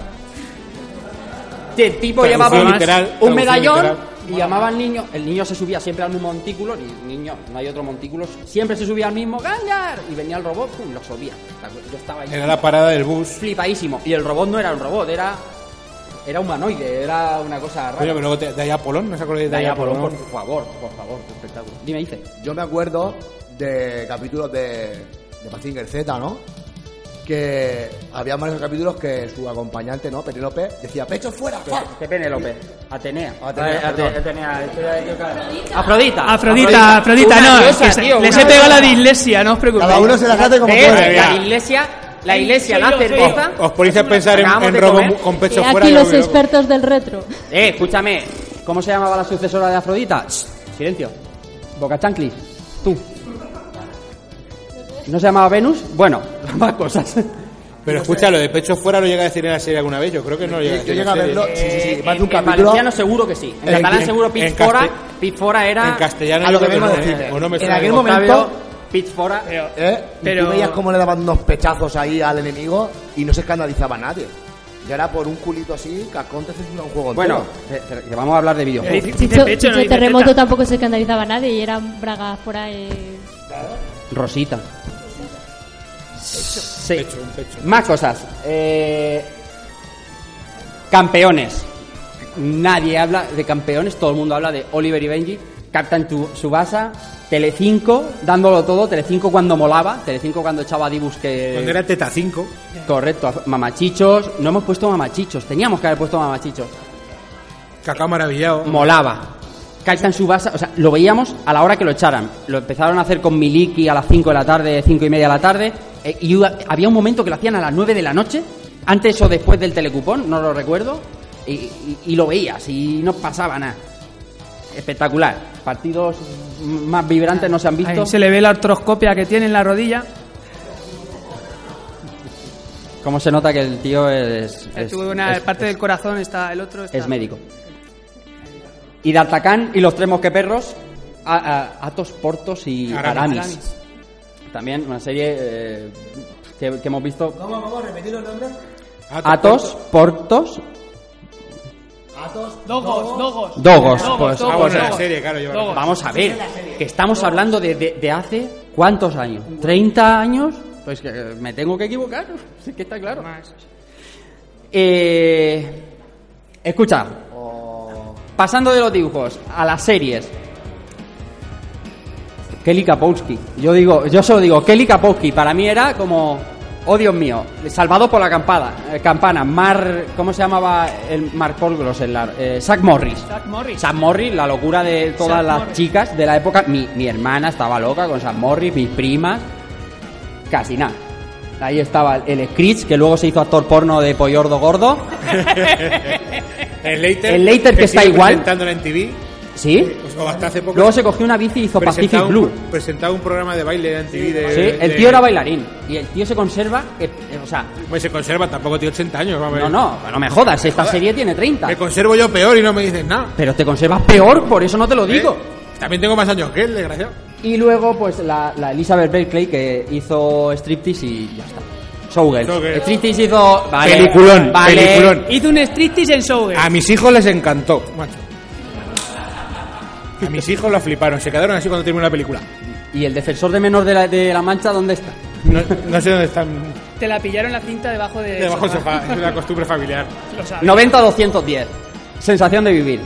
Speaker 1: Y El tipo
Speaker 4: Traducción
Speaker 1: llevaba un-
Speaker 4: literal,
Speaker 1: un
Speaker 4: traducción
Speaker 1: medallón
Speaker 4: literal.
Speaker 1: y llamaba al niño. El niño se subía siempre al mismo montículo, ni niño, no hay otro montículo. Siempre se subía al mismo Gangar y venía el robot, pum, lo subía. Yo estaba ahí
Speaker 4: Era la parada del bus.
Speaker 1: flipadísimo. Y el robot no era un robot, era era humanoide, era una cosa rara.
Speaker 4: Oye, pero luego te- de allá Polón, ¿no se acordáis de
Speaker 1: Daya
Speaker 4: allá
Speaker 1: Polón,
Speaker 4: Polón?
Speaker 1: por favor, por favor, qué espectáculo. Dime, dice.
Speaker 5: Yo me acuerdo de capítulos de, de Mazinger Z, ¿no? Que había varios capítulos que su acompañante, ¿no? Penélope, decía, pecho fuera, fuck".
Speaker 1: ¿Qué Penélope? Atenea.
Speaker 5: Atenea,
Speaker 1: Eh,
Speaker 5: perdón.
Speaker 1: Ate- Atenea, esto ya- yo cada- Ah, Afrodita.
Speaker 6: Afrodita, Afrodita,
Speaker 1: Una
Speaker 6: no.
Speaker 1: diosa,
Speaker 6: que se-
Speaker 1: tío,
Speaker 6: les
Speaker 1: una
Speaker 6: he pegado la
Speaker 1: diosa.
Speaker 6: dislexia, no os preocupéis.
Speaker 5: Cada uno se la cate como
Speaker 1: ¿Ves?
Speaker 5: puede.
Speaker 1: La iglesia, la iglesia, la
Speaker 13: Sí, yo, sí,
Speaker 1: cerveza.
Speaker 4: Os ponéis a pensar en,
Speaker 1: Acabamos
Speaker 4: en
Speaker 1: de
Speaker 4: robo
Speaker 1: comer.
Speaker 4: mu- con
Speaker 3: Y
Speaker 4: pecho Pues fuera.
Speaker 3: aquí
Speaker 4: yo
Speaker 3: los
Speaker 4: creo que-
Speaker 3: expertos del retro.
Speaker 1: Eh, escúchame. ¿Cómo se llamaba la sucesora de Afrodita? Shh, silencio. Boca Chanclis. Tú. ¿No se llamaba Venus? Bueno, más cosas.
Speaker 4: Pero escucha, lo de pecho fuera lo llega a decir en la serie alguna vez. Yo creo que no lo llega a
Speaker 5: Yo,
Speaker 4: decir. en
Speaker 5: llegué
Speaker 4: la
Speaker 5: a
Speaker 4: serie.
Speaker 5: verlo, sí, sí, sí,
Speaker 1: Eh, En,
Speaker 5: más de un
Speaker 1: en
Speaker 5: capítulo.
Speaker 1: valenciano seguro que sí. En,
Speaker 5: En-
Speaker 1: catalán
Speaker 4: en-
Speaker 1: seguro
Speaker 4: en
Speaker 1: Pitfora.
Speaker 4: castell-
Speaker 1: Pitfora era.
Speaker 4: En castellano
Speaker 5: A
Speaker 4: yo
Speaker 5: lo que
Speaker 4: creo
Speaker 5: vengo a
Speaker 4: no, ¿eh?
Speaker 5: decirte.
Speaker 4: O no me
Speaker 5: En
Speaker 4: suena
Speaker 5: aquel
Speaker 4: de-
Speaker 5: momento-
Speaker 1: Octavio, Pitfora.
Speaker 5: ¿Eh?
Speaker 6: Pero-
Speaker 5: Y tú veías cómo le daban unos pechazos ahí al enemigo y no se escandalizaba nadie. Y ahora por un culito así, Cascón te haces un juego
Speaker 1: Bueno,
Speaker 5: entero.
Speaker 1: te- te- que vamos a hablar de videojuegos.
Speaker 6: Dice- dice
Speaker 3: Dicho,
Speaker 6: pecho, no
Speaker 11: Este
Speaker 3: dicho
Speaker 6: dice
Speaker 3: terremoto
Speaker 6: teta.
Speaker 3: tampoco se escandalizaba a nadie y eran bragas fuera y...
Speaker 1: Rosita. Sí.
Speaker 4: Pecho, un pecho.
Speaker 1: Más cosas. Eh, campeones. Nadie habla de campeones, todo el mundo habla de Oliver y Benji, Captain Tu- Tsubasa, Telecinco, dándolo todo, Telecinco cuando molaba, Telecinco cuando echaba a Dibus que...
Speaker 4: Cuando era Teta 5.
Speaker 1: Correcto, af- mamachichos, no hemos puesto mamachichos, teníamos que haber puesto mamachichos.
Speaker 4: Cacao maravillado.
Speaker 1: Molaba. Captain Subasa, o sea, lo veíamos a la hora que lo echaran. Lo empezaron a hacer con Miliki a las 5 de la tarde, 5 y media de la tarde. eh, y hubo- había un momento que lo hacían a las 9 de la noche, antes o después del telecupón, no lo recuerdo. Y, y- y lo veías y no pasaba nada. Espectacular. Partidos m- más vibrantes no se han visto.
Speaker 6: Ahí se le ve la artroscopia que tiene en la rodilla.
Speaker 1: ¿Cómo se nota que el tío es. es-
Speaker 6: Tuve una
Speaker 1: es-
Speaker 6: parte del corazón, está el otro. Está...
Speaker 1: es médico. Y D'Artacán y los tres mosqueperros, a- a- Atos, Portos y Aramis.
Speaker 4: Aramis.
Speaker 1: También una serie eh, que, que hemos visto.
Speaker 4: Atos.
Speaker 1: Atos, Portos,
Speaker 13: Dogos, dogos.
Speaker 1: Dogos.
Speaker 13: Dogos,
Speaker 1: Pues,
Speaker 4: Ah,
Speaker 13: dogos.
Speaker 4: bueno, la
Speaker 13: dogos.
Speaker 4: serie, claro. yo-
Speaker 13: Dogos.
Speaker 1: vamos a ver, que estamos hablando de, de- de hace cuántos años, 30 años, pues que eh, me tengo que equivocar, sí que está claro. Eh, escucha, pasando de los dibujos a las series. Kelly Kapowski. Yo digo, yo solo digo, Kelly Kapowski para mí era como, oh Dios mío, salvado por la campada, eh, campana, Mar, ¿cómo se llamaba el Mark Polgros? El, lar- eh, Zach Morris.
Speaker 6: Zach Morris.
Speaker 1: Sam Morris, la locura de todas
Speaker 6: Sam
Speaker 1: las
Speaker 6: Morris.
Speaker 1: chicas de la época. Mi, mi hermana estaba loca con Sam Morris, mis primas. Casi nada. Ahí estaba el Screech, que luego se hizo actor porno de Pollordo Gordo.
Speaker 4: El Leiter.
Speaker 1: El Leiter que está
Speaker 4: sigue
Speaker 1: igual.
Speaker 4: Presentándola en TV.
Speaker 1: ¿sí.
Speaker 4: O hasta hace poco.
Speaker 1: Luego se cogió una bici y hizo
Speaker 4: presentaba
Speaker 1: Pacific
Speaker 4: un-
Speaker 1: Blue.
Speaker 4: Presentaba un programa de baile en TV. De,
Speaker 1: Sí, el
Speaker 4: de-
Speaker 1: tío era bailarín. Y el tío se conserva. eh, eh, o sea,
Speaker 4: Pues se conserva, tampoco tiene 80 años. vamos a
Speaker 1: no,
Speaker 4: ver.
Speaker 1: no, no me jodas, esta serie tiene 30.
Speaker 4: Pues- Me conservo yo peor y no me dices nada.
Speaker 1: Pero te conservas peor, por eso no te lo digo.
Speaker 4: ¿Eh? También tengo más años que él, desgraciado.
Speaker 1: Y luego, pues, la, la Elizabeth Berkley que hizo striptease y ya está. Showgirl.
Speaker 4: Showgirl.
Speaker 1: Striptease hizo. Vale,
Speaker 4: Peliculón,
Speaker 1: vale.
Speaker 4: peliculón.
Speaker 6: Hizo un striptease en
Speaker 1: Pues-
Speaker 6: Showgirl.
Speaker 1: Ah.
Speaker 4: A mis hijos les encantó, macho. A mis hijos lo fliparon, se quedaron así cuando terminó la película.
Speaker 1: ¿Y el defensor de menor de la, de la mancha dónde está?
Speaker 4: No, no sé dónde están.
Speaker 6: Te la pillaron la cinta debajo de.
Speaker 4: Debajo del sofá, es una costumbre familiar.
Speaker 6: Lo sabía.
Speaker 1: 90-210. Sensación de vivir.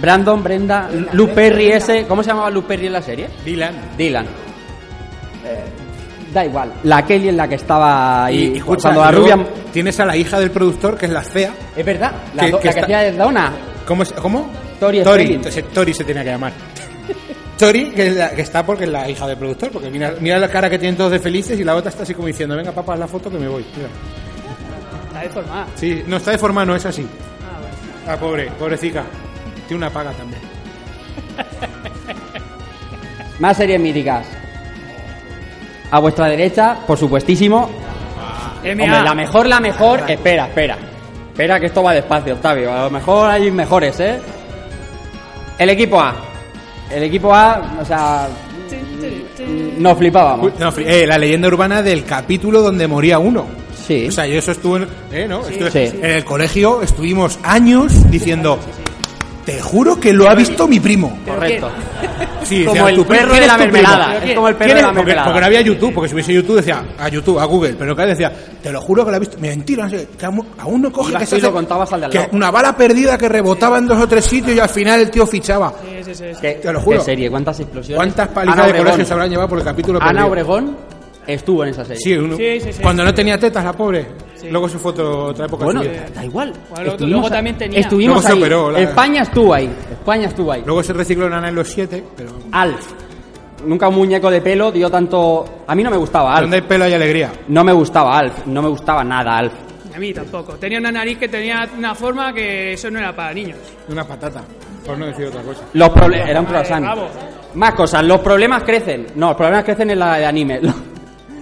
Speaker 1: Brandon, Brenda, Lu Perry ese. ¿Cómo se llamaba Lu Perry en la serie? Dylan. Dylan. Eh, da igual. La Kelly en la que estaba
Speaker 4: Y,
Speaker 1: ahí.
Speaker 4: escucha,
Speaker 1: cuando la
Speaker 4: y luego
Speaker 1: rubia.
Speaker 4: tienes a la hija del productor, que es la fea.
Speaker 1: Es verdad. La,
Speaker 4: que-
Speaker 1: do-
Speaker 4: que
Speaker 1: la que
Speaker 4: está-
Speaker 1: hacía de Donna.
Speaker 4: ¿Cómo? es- ¿Cómo?
Speaker 1: Tori
Speaker 4: Tori.
Speaker 1: Spelling.
Speaker 4: Entonces, Tori se tenía que llamar. Tori, que, es la- que está porque es la hija del productor, porque mira, mira la cara que tienen todos de felices y la otra está así como diciendo, venga papá, haz la foto que me voy. Mira.
Speaker 6: Está deformada.
Speaker 4: Sí, no está deformada, no es así. Ah, pobre, pobrecita. Tiene una paga también.
Speaker 1: Más series míticas. A vuestra derecha, por supuestísimo. Hombre, la mejor, la mejor. Espera, espera. Espera que esto va despacio, Octavio. A lo mejor hay mejores, ¿eh? El equipo A. El equipo A, o sea, nos flipábamos.
Speaker 4: No, fri- eh, la leyenda urbana del capítulo donde moría uno.
Speaker 1: Sí.
Speaker 4: O sea, yo eso estuve en, eh, ¿no? Estuve-
Speaker 1: Sí.
Speaker 4: en el colegio, estuvimos años diciendo, te juro que lo ha visto mi primo.
Speaker 1: Correcto.
Speaker 4: Sí,
Speaker 1: Como
Speaker 4: decía,
Speaker 1: el
Speaker 4: "¿Tú quién-
Speaker 1: perro
Speaker 4: quién
Speaker 1: de
Speaker 4: es
Speaker 1: la
Speaker 4: tu primo?".
Speaker 1: mermelada,
Speaker 4: ¿Pero
Speaker 1: es
Speaker 4: quién?
Speaker 1: como el perro
Speaker 4: ¿Quién
Speaker 1: de
Speaker 4: es?
Speaker 1: la
Speaker 4: Porque-
Speaker 1: mermelada.
Speaker 4: Porque no había YouTube, porque si hubiese YouTube decía a YouTube, a Google, pero cada decía, te lo juro que lo ha visto, mentira, no sé, que aún aún no coge
Speaker 1: Ibas
Speaker 4: que
Speaker 1: tú y
Speaker 4: se
Speaker 1: lo contabas al de al
Speaker 4: que
Speaker 1: lado.
Speaker 4: una bala perdida que rebotaba en dos o tres sitios y al final el tío fichaba.
Speaker 6: Sí, sí, sí.
Speaker 1: ¿Qué,
Speaker 4: Te lo juro.
Speaker 1: qué serie? ¿Cuántas explosiones?
Speaker 4: ¿Cuántas
Speaker 1: Ana
Speaker 4: palizas de
Speaker 1: Obregón.
Speaker 4: colegio se habrán llevado por el capítulo
Speaker 1: Ana
Speaker 4: perdido?
Speaker 1: Obregón estuvo en esa serie.
Speaker 4: Sí, uno-
Speaker 6: Sí, sí, sí,
Speaker 4: cuando
Speaker 6: sí,
Speaker 4: no
Speaker 6: sí.
Speaker 4: tenía tetas la pobre. Luego se fue otro- otra época.
Speaker 1: Bueno,
Speaker 4: suya.
Speaker 1: da igual.
Speaker 6: Bueno,
Speaker 1: Estuvimos
Speaker 6: luego
Speaker 1: a-
Speaker 6: también tenía.
Speaker 1: Estuvimos
Speaker 4: Luego se
Speaker 1: ahí.
Speaker 4: operó, la-
Speaker 1: España estuvo ahí. España estuvo ahí.
Speaker 4: Luego se recicló en Ana en los 7, pero
Speaker 1: Alf. Nunca un muñeco de pelo dio tanto. A mí no me gustaba Alf.
Speaker 4: donde hay pelo hay alegría.
Speaker 1: No me gustaba Alf. No me gustaba nada Alf.
Speaker 6: A mí tampoco. Tenía una nariz que tenía una forma que eso no era para niños.
Speaker 4: Una patata, por no decir otra cosa.
Speaker 1: Los problemas. Era un croissant.
Speaker 6: bravo.
Speaker 1: Más cosas. Los problemas crecen. No, los problemas crecen en la de anime. Lo-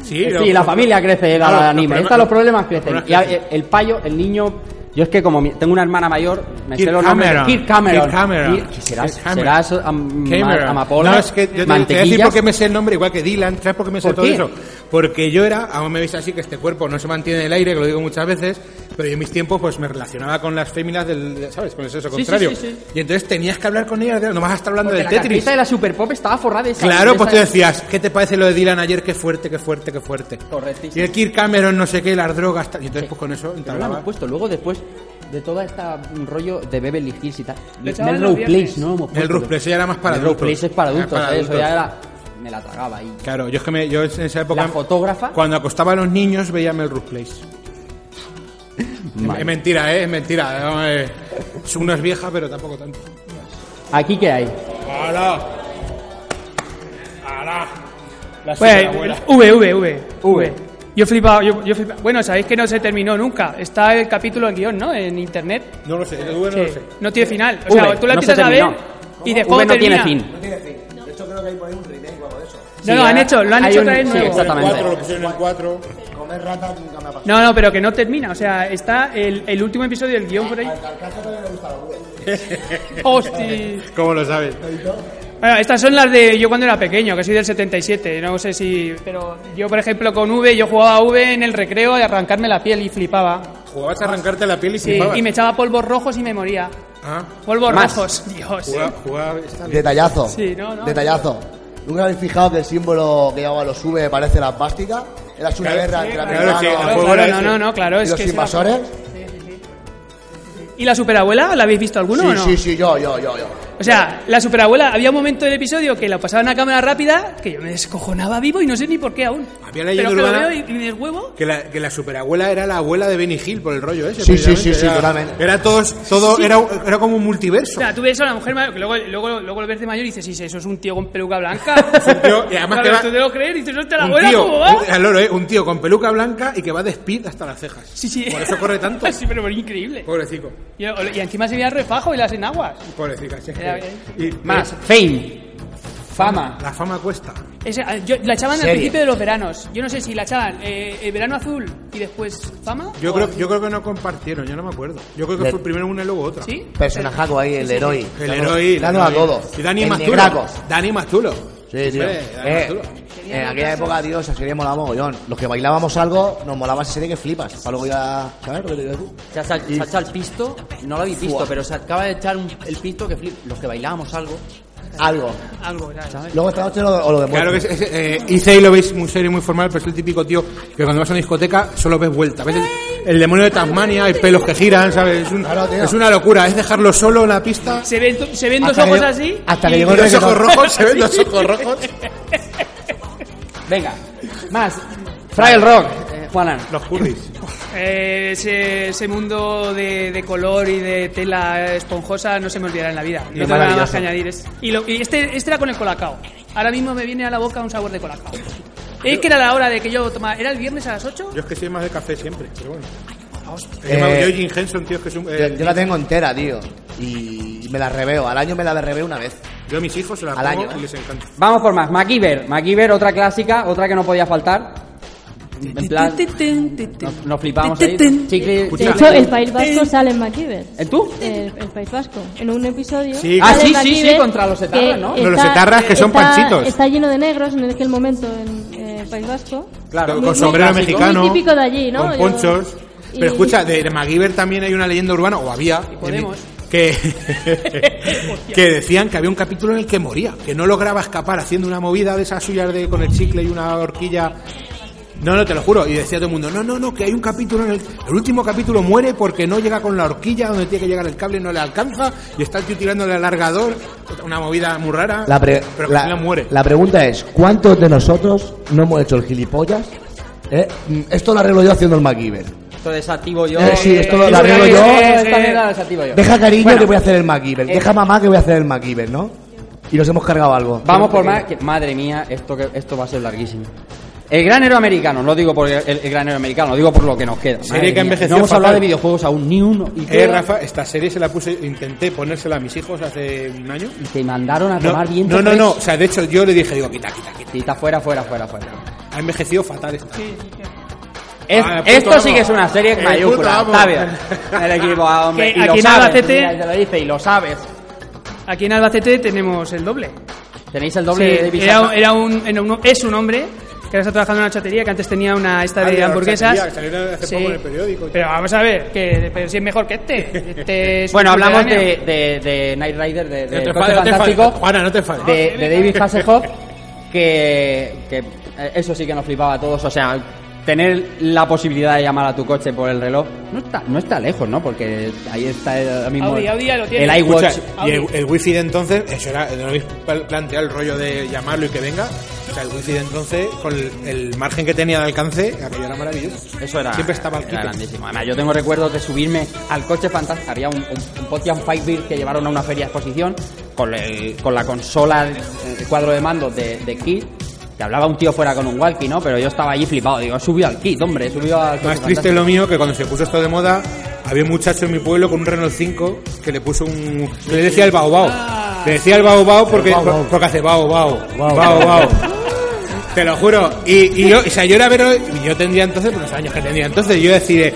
Speaker 4: Sí,
Speaker 1: Sí,
Speaker 4: lo-
Speaker 1: la familia crece en la
Speaker 4: Claro,
Speaker 1: de
Speaker 4: los
Speaker 1: anime.
Speaker 4: problemas-
Speaker 1: Esta, los problemas crecen.
Speaker 4: problemas
Speaker 1: Y a- el payo, el niño. Yo es que como mi- tengo una hermana mayor, me sé
Speaker 4: Kirk
Speaker 1: los nombres.
Speaker 4: Cameron.
Speaker 1: Kirk Cameron.
Speaker 4: Kirk Cameron.
Speaker 1: Kirk- ¿qué serás?
Speaker 4: Kirk Cameron.
Speaker 1: ¿Serás am-
Speaker 4: Cameron.
Speaker 1: amapola?
Speaker 4: No, es que yo te- te voy a decir
Speaker 1: ¿Mantequillas?
Speaker 4: por qué me sé el nombre, igual que Dylan, ¿sabes por qué me sé
Speaker 1: ¿Por
Speaker 4: todo
Speaker 1: qué?
Speaker 4: eso? Porque yo era, aún me veis así, que este cuerpo no se mantiene en el aire, que lo digo muchas veces, pero yo en mis tiempos pues me relacionaba con las féminas del, ¿sabes? Con el sexo contrario. Y entonces tenías que hablar con ellas, de- no vas a estar hablando
Speaker 1: Porque
Speaker 4: del
Speaker 1: la
Speaker 4: Tetris.
Speaker 1: carpeta de la Super Pop estaba forrada de esa-
Speaker 4: Claro,
Speaker 1: de
Speaker 4: pues tú
Speaker 1: esa- ¿eh?
Speaker 4: decías, ¿qué te parece lo de Dylan ayer? Qué fuerte, qué fuerte, qué fuerte.
Speaker 1: Correctísimo.
Speaker 4: Y el Kirk Cameron, no sé qué, las drogas, tal. Y entonces pues con eso
Speaker 1: Pero lo
Speaker 4: entablaba.
Speaker 1: han puesto luego después de toda esta mm, rollo de Beverly Hills y tal.
Speaker 6: Lo echaban
Speaker 1: Melrose
Speaker 6: los
Speaker 1: Place,
Speaker 6: viernes.
Speaker 1: ¿no? lo hemos puesto.
Speaker 4: Melrose Place, eso ya era más para
Speaker 1: Melrose
Speaker 4: adultos.
Speaker 1: Place es para
Speaker 4: Era
Speaker 1: adultos,
Speaker 4: para
Speaker 1: ¿eh? eso
Speaker 4: adultos.
Speaker 1: ya era... Me la tragaba ahí.
Speaker 4: Claro, yo es que me, yo en esa época.
Speaker 1: ¿La fotógrafa?
Speaker 4: Cuando acostaba a los niños veía Melrose Place. Es- Es mentira, ¿eh? Es mentira. no, eh. Es una es vieja, pero tampoco tanto.
Speaker 1: ¿Aquí qué hay?
Speaker 4: ¡Hala! ¡Hala! La
Speaker 6: Pues,
Speaker 4: superabuela.
Speaker 6: V, V, V,
Speaker 1: V.
Speaker 6: V. Yo he flipado, yo, yo he flipado. Bueno, sabéis que no se terminó nunca. Está el capítulo en guión, ¿no? En internet.
Speaker 4: No lo sé, el V no lo
Speaker 6: que
Speaker 4: sé.
Speaker 6: no tiene final. O
Speaker 1: V,
Speaker 6: sea, tú lo
Speaker 1: no se
Speaker 6: empiezas a ver
Speaker 1: terminó.
Speaker 6: y de
Speaker 1: V
Speaker 6: juego
Speaker 1: no tiene
Speaker 6: termina.
Speaker 1: fin.
Speaker 6: No,
Speaker 1: Sí,
Speaker 6: lo han
Speaker 1: ya-
Speaker 6: hecho, lo han
Speaker 1: hay
Speaker 6: hecho
Speaker 1: un-
Speaker 6: otra vez
Speaker 1: sí,
Speaker 6: nuevo.
Speaker 1: exactamente.
Speaker 4: Cuatro, lo pusieron en cuatro.
Speaker 6: No, no, pero que no termina. O sea, está el, el último episodio del guión por ahí. Hostia.
Speaker 4: ¿Cómo lo sabes?
Speaker 6: Bueno, estas son las de yo cuando era pequeño, que soy del 77. No sé si. Pero yo, por ejemplo, con V, yo jugaba a V en el recreo y arrancarme la piel y flipaba.
Speaker 4: Jugabas a arrancarte la piel y
Speaker 6: Sí,
Speaker 4: flipabas.
Speaker 6: y me echaba polvos rojos y me moría.
Speaker 4: Ah,
Speaker 6: Polvos
Speaker 1: Más.
Speaker 6: rojos, Dios.
Speaker 4: jugaba, jugaba esta-
Speaker 5: Detallazo.
Speaker 6: Sí, no, no.
Speaker 5: Detallazo. ¿Nunca habéis fijado que el símbolo que llevaba los V parece la plástica? Era una
Speaker 4: Claro,
Speaker 5: guerra
Speaker 4: sí,
Speaker 5: entre
Speaker 4: claro,
Speaker 5: americanos
Speaker 4: sí, el
Speaker 6: Claro,
Speaker 4: juego
Speaker 6: claro,
Speaker 4: era
Speaker 6: no,
Speaker 4: ese.
Speaker 6: no, no, claro.
Speaker 5: y
Speaker 6: Es
Speaker 5: los
Speaker 6: que se la-
Speaker 5: invasores.
Speaker 6: ¿Y la superabuela? ¿La habéis visto alguno
Speaker 5: sí,
Speaker 6: o no?
Speaker 5: sí, sí, yo, yo, yo, yo.
Speaker 6: O sea, la superabuela, había un momento del episodio que la pasaban a cámara rápida que yo me descojonaba vivo y no sé ni por qué aún.
Speaker 4: Había leyenda
Speaker 6: Pero que lo
Speaker 4: urbana-
Speaker 6: veo y, y me deshuevo.
Speaker 4: Que la, que la superabuela era la abuela de Benny Hill por el rollo ese.
Speaker 5: Sí, sí,
Speaker 4: precisamente,
Speaker 5: sí, sí,
Speaker 4: era,
Speaker 5: totalmente.
Speaker 4: Era todos, todo, Era, era como un multiverso.
Speaker 6: O sea, tú ves a la mujer mayor, que luego, luego, luego lo ves de mayor y dices, sí, sí, eso es un tío con peluca blanca.
Speaker 4: Es un tío, y además
Speaker 6: Claro,
Speaker 4: que va-
Speaker 6: tú te lo crees y dices, no te la
Speaker 4: un
Speaker 6: abuela,
Speaker 4: tío,
Speaker 6: ¿cómo va?
Speaker 4: un- al loro, ¿eh? un tío con peluca blanca y que va de speed hasta las cejas.
Speaker 6: Sí, sí.
Speaker 4: Por eso corre tanto.
Speaker 6: sí, pero increíble.
Speaker 4: Pobrecico,
Speaker 6: Y, y encima se veía el refajo y las enaguas.
Speaker 4: pobrecita. si es que-
Speaker 6: Era bien.
Speaker 4: y-
Speaker 1: Más. Fame. Fama.
Speaker 4: La fama cuesta.
Speaker 6: Ese- yo- la echaban al
Speaker 5: Serie.
Speaker 6: principio de los veranos. Yo no sé si la echaban eh, eh, verano azul y después fama.
Speaker 4: Yo
Speaker 6: o-
Speaker 4: creo, yo creo que no compartieron, yo no me acuerdo. Yo creo que
Speaker 5: Le-
Speaker 4: fue primero una y luego otra.
Speaker 6: ¿Sí?
Speaker 5: Personajaco ahí, el héroe.
Speaker 4: El héroe.
Speaker 5: Dando a todos.
Speaker 4: Y Dani
Speaker 5: El
Speaker 4: Mastulo.
Speaker 5: negracos.
Speaker 4: Dani Mastulo.
Speaker 5: Sí, tío.
Speaker 4: Hombre, Dani
Speaker 5: Eh,
Speaker 4: Mastulo.
Speaker 5: en aquella época, tío, esa serie molaba mogollón. Los que bailábamos algo, nos molaba esa serie que flipas. Para luego ya... ¿Sabes lo que te digo tú?
Speaker 1: Se ha, sal- se ha echado el pisto, no lo habéis visto, pero se acaba de echar un- el pisto que flip. Los que bailábamos algo.
Speaker 5: Algo.
Speaker 6: Algo, ya, ¿sabes?
Speaker 5: Luego esta noche lo, o lo demuestro.
Speaker 4: Claro que es, es, eh, Issei lo veis muy serio y muy formal, pero es el típico tío que cuando vas a una discoteca solo ves vuelta. Ves el, el demonio de Tasmania, hay pelos que giran, ¿sabes? Es, un- es una locura, es dejarlo solo en la pista.
Speaker 6: Se ven, se ven dos
Speaker 5: Hasta que
Speaker 6: ojos
Speaker 5: llegó-
Speaker 6: así.
Speaker 5: hasta que
Speaker 6: y-
Speaker 5: llegó el
Speaker 4: Los ojos
Speaker 5: reggaetón.
Speaker 4: rojos, se ven los ojos rojos.
Speaker 1: Venga, más. Frail Rock, eh, Juanan.
Speaker 4: Los curris.
Speaker 6: Eh, ese, ese mundo de, de color y de tela esponjosa no se me olvidará en la vida. No tengo nada
Speaker 5: maravilloso.
Speaker 6: más que añadir. Es- y lo- y este, este era con el colacao. Ahora mismo me viene a la boca un sabor de colacao. Es que era la hora de que yo tomara. ¿Era el viernes a las 8?
Speaker 4: Yo es que soy más de café siempre, pero bueno. Yo
Speaker 5: Eh,
Speaker 4: me- yo Jim Henson, tío, es que es un. eh,
Speaker 5: Yo, yo la tengo entera, tío. Y me la reveo. Al año me la reveo una vez.
Speaker 4: yo a mis hijos se la
Speaker 5: al
Speaker 4: pongo
Speaker 5: año,
Speaker 4: y
Speaker 5: ¿eh?
Speaker 4: les encanta.
Speaker 1: Vamos por más. MacGyver. MacGyver, otra clásica, otra que no podía faltar. En plan, nos, nos flipamos ahí. Chicle,
Speaker 3: De
Speaker 4: Escucha.
Speaker 3: hecho, el País Vasco sale en MacGyver.
Speaker 1: ¿En tú?
Speaker 3: El, el País Vasco. En un episodio.
Speaker 4: Sí.
Speaker 1: Ah,
Speaker 3: sale
Speaker 1: sí, sí,
Speaker 3: MacGyver,
Speaker 1: sí, contra los etarras,
Speaker 3: que
Speaker 1: ¿no?
Speaker 4: No, los etarras que son
Speaker 3: está-
Speaker 4: panchitos.
Speaker 3: Está lleno de negros en aquel momento en eh, el País Vasco.
Speaker 1: Claro.
Speaker 4: Con-
Speaker 3: Muy-
Speaker 4: con sombrero
Speaker 3: muy-
Speaker 4: mexicano.
Speaker 3: muy típico de allí, ¿no?
Speaker 4: Con
Speaker 3: Yo-
Speaker 4: ponchos.
Speaker 3: y-
Speaker 4: Pero escucha, de, de MacGyver también hay una leyenda urbana, o había.
Speaker 6: Podemos.
Speaker 4: Que, que decían que había un capítulo en el que moría, que no lograba escapar haciendo una movida de esas suyas de, con el chicle y una horquilla. No, no, te lo juro. Y decía todo el mundo, no, no, no, que hay un capítulo en el... El último capítulo muere porque no llega con la horquilla donde tiene que llegar el cable, no le alcanza y está el tío tirando el alargador. Una movida muy rara.
Speaker 5: La, pre-
Speaker 4: pero que al
Speaker 5: la,
Speaker 4: final muere.
Speaker 5: la pregunta es, ¿cuántos de nosotros no hemos hecho el gilipollas? ¿Eh? Mm, Esto lo arreglo yo haciendo el MacGyver.
Speaker 1: Esto desactivo yo.
Speaker 5: Eh, sí, esto lo- lo arreglo yo.
Speaker 1: Esta mierda
Speaker 4: Eh,
Speaker 1: la desactivo yo.
Speaker 5: Deja cariño
Speaker 1: Bueno,
Speaker 5: que voy a hacer el MacGyver.
Speaker 1: eh,
Speaker 5: Deja mamá que voy a hacer el MacGyver, ¿no? Y nos hemos cargado algo. Eh,
Speaker 1: Vamos por más. que- madre mía, esto, que, esto va a ser larguísimo. El granero americano, no digo por el, el granero americano, lo digo por lo que nos queda.
Speaker 4: Serie
Speaker 1: Madre
Speaker 4: que
Speaker 1: mía,
Speaker 4: envejeció
Speaker 1: No hemos
Speaker 4: fatal.
Speaker 1: hablado de videojuegos aún, ni uno. Y,
Speaker 4: Eh, Rafa, esta serie se la puse, intenté ponérsela a mis hijos hace un año.
Speaker 1: y te mandaron a
Speaker 4: No,
Speaker 1: tomar bien.
Speaker 4: no, no, no, o sea, de hecho yo le dije, digo, quita, quita, quita.
Speaker 1: Quita fuera, fuera, fuera, fuera.
Speaker 4: Ha envejecido fatal esta.
Speaker 1: Es-
Speaker 4: Ah, el puto
Speaker 1: esto sí
Speaker 4: amo.
Speaker 1: que es una serie
Speaker 4: El
Speaker 1: mayúscula,
Speaker 4: puto amo.
Speaker 1: Octavio. Eh, El equipo, ah, hombre.
Speaker 6: Que
Speaker 1: y
Speaker 6: aquí este-
Speaker 1: lo
Speaker 6: en
Speaker 1: sabes,
Speaker 6: Albacete-
Speaker 1: mira, te lo dice y lo sabes.
Speaker 6: Aquí en Albacete tenemos el doble.
Speaker 1: Tenéis el doble
Speaker 6: Sí,
Speaker 1: de Ibiza.
Speaker 6: era, era un, era un- es un hombre que ahora está trabajando en una chatería que antes tenía una esta
Speaker 4: Ah, de
Speaker 6: de
Speaker 4: la
Speaker 6: hamburguesas.
Speaker 4: chatería, que salió hace poco en el periódico.
Speaker 6: Pero vamos a ver, que pero si es mejor que este. Este es
Speaker 1: Bueno,
Speaker 6: un
Speaker 1: hablamos de,
Speaker 6: sucedáneo.
Speaker 1: de, de Knight Rider, de, de
Speaker 4: No te
Speaker 1: Coche
Speaker 4: enfades, no te enfades.
Speaker 1: Eh, Fantástico,
Speaker 4: Juana, no te enfades.
Speaker 1: de, de David Hasselhoff, que, que eh, eso sí que nos flipaba a todos. O sea, tener la posibilidad de llamar a tu coche por el reloj no está, no está lejos, ¿no? Porque ahí está el, ahora mismo
Speaker 6: Audi,
Speaker 1: el-
Speaker 6: Audi ya lo tiene.
Speaker 1: el iWatch.
Speaker 4: Escucha, y el, el wifi de entonces, eso era, no habéis pal- planteado el rollo de llamarlo y que venga. O sea, el wifi de entonces, con el, el margen que tenía de alcance, aquello era maravilloso.
Speaker 1: Eso era,
Speaker 4: Siempre estaba al
Speaker 1: era
Speaker 4: quite.
Speaker 1: grandísimo. Además, yo tengo recuerdos de subirme al coche fantástico. Había un, un, un Pontiac Firebird que llevaron a una feria de exposición con, el- con la consola, el cuadro de mando de, de Kid. Que hablaba un tío fuera con un walkie, ¿no? Pero yo estaba allí flipado. Digo, subió al Kid, hombre, subió al coche
Speaker 4: Más triste
Speaker 1: fantástico.
Speaker 4: lo mío que cuando se puso esto de moda, había un muchacho en mi pueblo con un Renault 5 que le puso un. Le decía el baobao. Le decía Ah. el baobao porque, porque hace baobao. Baobao. Te lo juro. Y, y yo, o sea, yo era ver. Yo tendría entonces, por los años que tendría entonces, yo decía.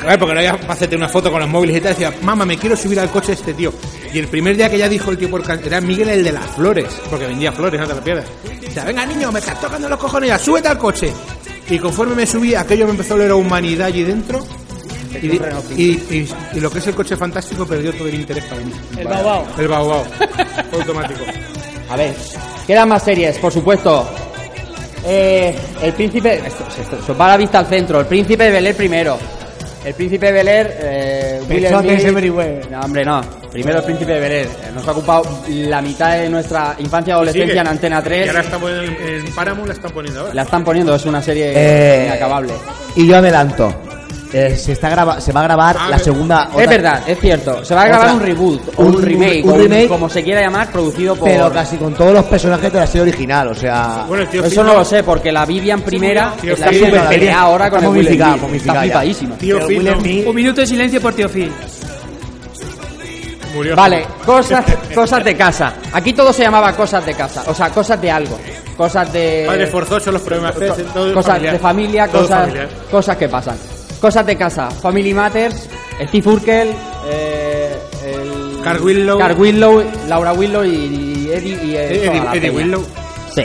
Speaker 4: Claro, porque no había para hacerte una foto con los móviles y tal. Decía, mamá, me quiero subir al coche de este tío. Y el primer día que ya dijo el tío por can- era Miguel el de las flores, porque vendía flores, no te lo pierdas. O sea, venga niño, me estás tocando los cojones ya, súbete al coche. Y conforme me subí, aquello me empezó a oler a humanidad allí dentro. Y, di- y, y- y lo que es el coche fantástico perdió todo el interés para mí.
Speaker 6: El Baobao.
Speaker 4: El baobao. Automático.
Speaker 1: A ver, quedan más series, por supuesto. Eh, el príncipe. Esto, esto- esto va la vista al centro. El príncipe de Bel Air primero. El príncipe de Bel Air. Eh, Will
Speaker 5: Pechotes
Speaker 1: Smith-
Speaker 5: everywhere.
Speaker 1: No, hombre, no. Primero el príncipe de Bel Air. Eh, Nos ha ocupado la mitad de nuestra infancia y adolescencia en Antena 3.
Speaker 10: Y ahora está poniendo en, en Paramount la están poniendo ahora.
Speaker 1: La están poniendo, es una serie
Speaker 5: Eh,
Speaker 1: inacabable.
Speaker 5: Y yo adelanto. Eh, se, está graba- se va a grabar la segunda... otra-
Speaker 1: Ah, Es verdad, es cierto. Se va a
Speaker 5: otra-
Speaker 1: grabar un reboot, o un,
Speaker 5: un-
Speaker 1: remake,
Speaker 5: un
Speaker 1: o un-
Speaker 5: remake.
Speaker 1: como se quiera llamar, producido por.
Speaker 5: Pero casi con todos los personajes de la serie original, o sea...
Speaker 10: Bueno, el tío
Speaker 1: Eso
Speaker 10: Phil
Speaker 1: no lo sé, porque la Vivian primera
Speaker 10: Tío,
Speaker 1: está
Speaker 10: sí,
Speaker 1: súper
Speaker 5: no, la
Speaker 1: peleada
Speaker 5: Vivian
Speaker 1: ahora
Speaker 5: está
Speaker 1: con el Will
Speaker 5: momificada,
Speaker 1: Smith. Está
Speaker 5: momificada ya.
Speaker 1: flipadísima.
Speaker 10: Tío
Speaker 5: Pero
Speaker 10: Phil
Speaker 5: Will
Speaker 10: no.
Speaker 5: Smith-
Speaker 6: Un minuto de silencio por Tío Phil.
Speaker 10: murió.
Speaker 1: Vale, cosas, cosas de casa. Aquí todo se llamaba cosas de casa, o sea, cosas de algo. Cosas de...
Speaker 10: Padres forzosos, los problemas
Speaker 1: co-
Speaker 10: de todo
Speaker 1: cosas
Speaker 10: familiar.
Speaker 1: de familia,
Speaker 10: Todo
Speaker 1: cosas,
Speaker 10: familiar.
Speaker 1: cosas que pasan. Cosas de casa. Family Matters, Steve Urkel, eh, el-
Speaker 4: Carl Winlow.
Speaker 1: Carl Winlow, Laura Winlow y Eddie... Y, eh,
Speaker 4: Eddie-
Speaker 1: toda la
Speaker 4: Eddie
Speaker 1: peña.
Speaker 4: Winlow.
Speaker 1: Sí,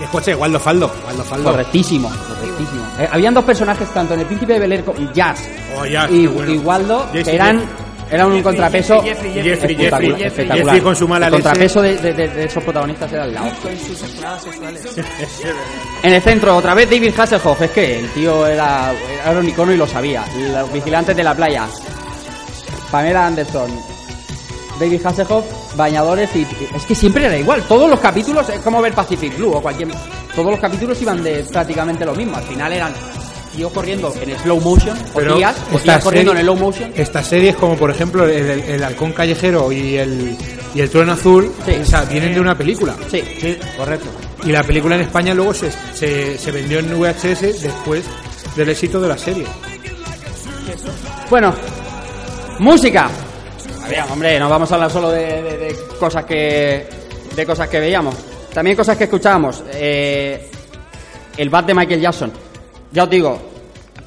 Speaker 4: Y el coche de Waldo Faldo. Waldo Faldo.
Speaker 1: correctísimo, correctísimo. Eh, habían dos personajes, tanto en El Príncipe de Bel Air como Jazz
Speaker 4: Oh, Jazz,
Speaker 1: y,
Speaker 4: qué bueno.
Speaker 1: y Waldo,
Speaker 4: Jazz
Speaker 1: que
Speaker 4: y
Speaker 1: eran Era un contrapeso.
Speaker 9: Jeffrey, Jeffrey, Jeffrey,
Speaker 1: espectacular,
Speaker 9: Jeffrey, Jeffrey,
Speaker 1: espectacular.
Speaker 10: Jeffrey con su mala
Speaker 1: El
Speaker 10: leche.
Speaker 1: contrapeso de, de- de- de esos protagonistas era el lado.
Speaker 9: Con sus esclavas sexuales.
Speaker 1: En el centro, otra vez David Hasselhoff. Es que el tío era, era un icono y lo sabía. Los vigilantes de la playa. Pamela Anderson. David Hasselhoff, bañadores y... Es que siempre era igual. Todos los capítulos, es como ver Pacific Blue o cualquier... Todos los capítulos iban de prácticamente lo mismo. Al final eran tíos corriendo en slow motion o
Speaker 4: Pero
Speaker 1: tías, o
Speaker 4: esta
Speaker 1: tías corriendo en
Speaker 4: serie-
Speaker 1: slow motion.
Speaker 4: Estas series como por ejemplo el, el, el halcón callejero y el, y el trueno azul,
Speaker 1: Sí.
Speaker 4: o sea, vienen de una película.
Speaker 1: Sí.
Speaker 5: Correcto.
Speaker 4: Y la película en España luego se, se, se vendió en VHS después del éxito de la serie.
Speaker 1: Bueno, música. A ver, hombre, no vamos a hablar solo de, de- de cosas que de cosas que veíamos, también cosas que escuchábamos. Eh, el bat de Michael Jackson. Ya os digo,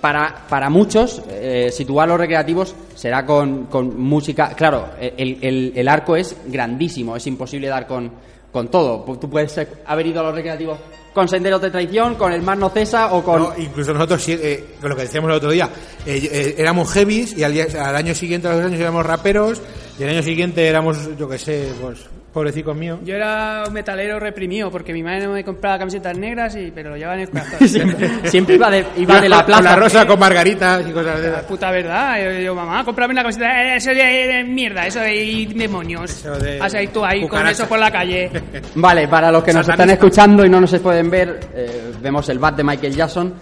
Speaker 1: para, para muchos, eh, situar los recreativos será con, con música. Claro, eh, el, el- el arco es grandísimo, es imposible dar con, con todo. Pues Tú puedes haber ido a los recreativos con Senderos de Traición, con El Mar No Cesa o con.
Speaker 10: No, incluso nosotros, sí, eh, con lo que decíamos el otro día, eh, eh, éramos heavies y al, día- al año siguiente, a los dos años, éramos raperos y al año siguiente éramos, yo que sé, pues, pobrecicos míos.
Speaker 6: Yo era un metalero reprimido porque mi madre no me compraba camisetas negras, y, pero lo llevaba en el corazón.
Speaker 1: Siempre, siempre iba de, iba de la
Speaker 10: Con- con
Speaker 1: plaza.
Speaker 10: la rosa con margaritas y cosas de
Speaker 6: La
Speaker 10: esas.
Speaker 6: puta verdad. Yo, yo, mamá, cómprame una camiseta. Eh, Eso de de mierda, eso de demonios.
Speaker 10: Eso de
Speaker 6: O sea, y tú ahí con
Speaker 10: cucarachas.
Speaker 6: eso por la calle.
Speaker 1: Vale, para los que nos están
Speaker 10: Satanista.
Speaker 1: escuchando y no nos pueden ver, eh, vemos el bat de Michael Jackson,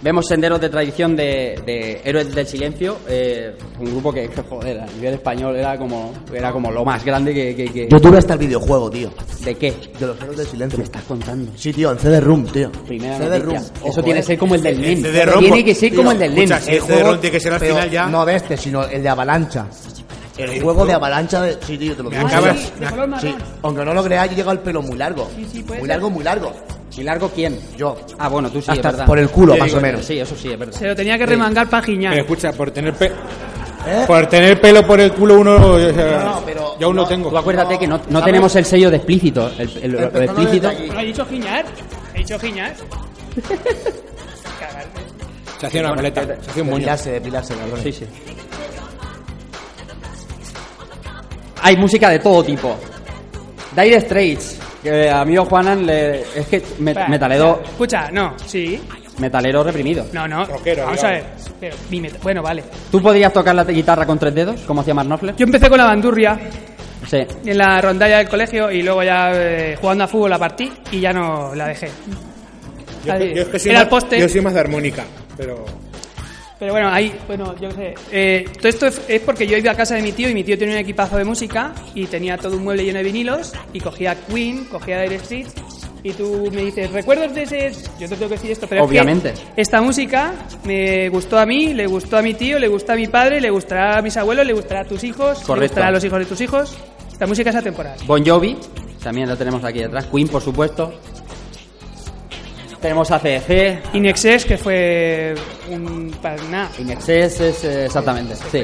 Speaker 1: vemos Senderos de Tradición de, de Héroes del Silencio, eh, un grupo que, que, joder, a nivel español era como, era como lo más grande que... que- que-
Speaker 5: Yo tuve hasta el videojuego, tío.
Speaker 1: ¿De qué?
Speaker 5: De los héroes del silencio.
Speaker 1: Estás contando.
Speaker 5: Sí, tío, en CD-ROOM, tío.
Speaker 1: Primera
Speaker 5: CD-ROOM.
Speaker 1: noticia.
Speaker 5: Ojo,
Speaker 1: Eso tiene
Speaker 5: eh.
Speaker 1: que ser como el del NEM.
Speaker 10: El CD-ROM,
Speaker 1: Tiene que ser
Speaker 10: tío,
Speaker 1: como el del Eh, NEM.
Speaker 10: escucha, sí.
Speaker 5: El
Speaker 10: Ese
Speaker 5: juego
Speaker 10: ron tiene que ser al
Speaker 5: pero
Speaker 10: final ya.
Speaker 5: No de este, sino el de Avalancha. El, juego de Avalancha de. Sí, tío, te lo
Speaker 10: Me
Speaker 5: digo.
Speaker 10: acabas-
Speaker 5: Sí,
Speaker 10: me-
Speaker 5: sí. Aunque no lo creáis, yo he llegado el pelo muy largo. muy largo, muy largo.
Speaker 1: ¿Y largo quién?
Speaker 5: Yo.
Speaker 1: Ah, bueno, tú sí,
Speaker 5: Hasta
Speaker 1: es verdad.
Speaker 5: por el culo,
Speaker 1: Yo
Speaker 5: más
Speaker 1: digo,
Speaker 5: o menos.
Speaker 1: Sí, eso sí, es verdad.
Speaker 6: Se lo tenía que remangar para giñar.
Speaker 4: Pero escucha, por tener pe-
Speaker 5: ¿Eh?
Speaker 4: por tener pelo por el culo uno o sea,
Speaker 5: No, no, pero-
Speaker 4: yo aún lo
Speaker 5: no,
Speaker 4: tengo.
Speaker 1: Tú acuérdate que no, no
Speaker 5: ¿Sabes?
Speaker 1: tenemos el sello de explícito. El, el- lo
Speaker 5: Empezando
Speaker 1: explícito...
Speaker 5: desde aquí.
Speaker 6: ¿No he dicho giñar? ¿He dicho giñar?
Speaker 4: Se hacía una
Speaker 1: Bueno,
Speaker 4: maleta, se hacía un moño.
Speaker 5: Depilarse, depilarse, cabrones.
Speaker 1: Sí, sí. Hay música de todo tipo. Dire Straits, que a amigo Juanan le- es que me-
Speaker 6: Espera,
Speaker 1: metalero,
Speaker 6: Escucha, no, sí.
Speaker 1: metalero reprimido.
Speaker 6: No, no.
Speaker 10: Rockero,
Speaker 6: Vamos
Speaker 10: digamos.
Speaker 6: a ver. Pero, mi meta- Bueno, vale.
Speaker 1: ¿Tú podrías tocar la guitarra con tres dedos, como hacía Mark Knopfler?
Speaker 6: Yo empecé con la bandurria
Speaker 1: Sí.
Speaker 6: en la rondalla del colegio y luego ya eh, jugando a fútbol la partí y ya no la dejé.
Speaker 10: Yo,
Speaker 6: Ahí.
Speaker 10: yo es que soy
Speaker 6: Era
Speaker 10: más,
Speaker 6: el poste.
Speaker 10: yo soy más de armónica, pero
Speaker 6: Pero bueno, ahí, bueno, yo qué sé. Eh, todo esto es, es porque yo he ido a casa de mi tío y mi tío tenía un equipazo de música y tenía todo un mueble lleno de vinilos y cogía Queen, cogía Dire Straits y tú me dices, ¿recuerdas de ese...? Yo te tengo que decir esto, pero es que
Speaker 1: Obviamente.
Speaker 6: esta música me gustó a mí, le gustó a mi tío, le gustó a mi padre, le gustará a mis abuelos, le gustará a tus hijos, le
Speaker 1: Correcto.
Speaker 6: gustará a los hijos de tus hijos. Esta música es atemporal.
Speaker 1: Bon Jovi, también lo tenemos aquí detrás. Queen, por supuesto. Tenemos ACC.
Speaker 6: In Excess, que fue un... para nada.
Speaker 1: In Excess es eh, exactamente, sí.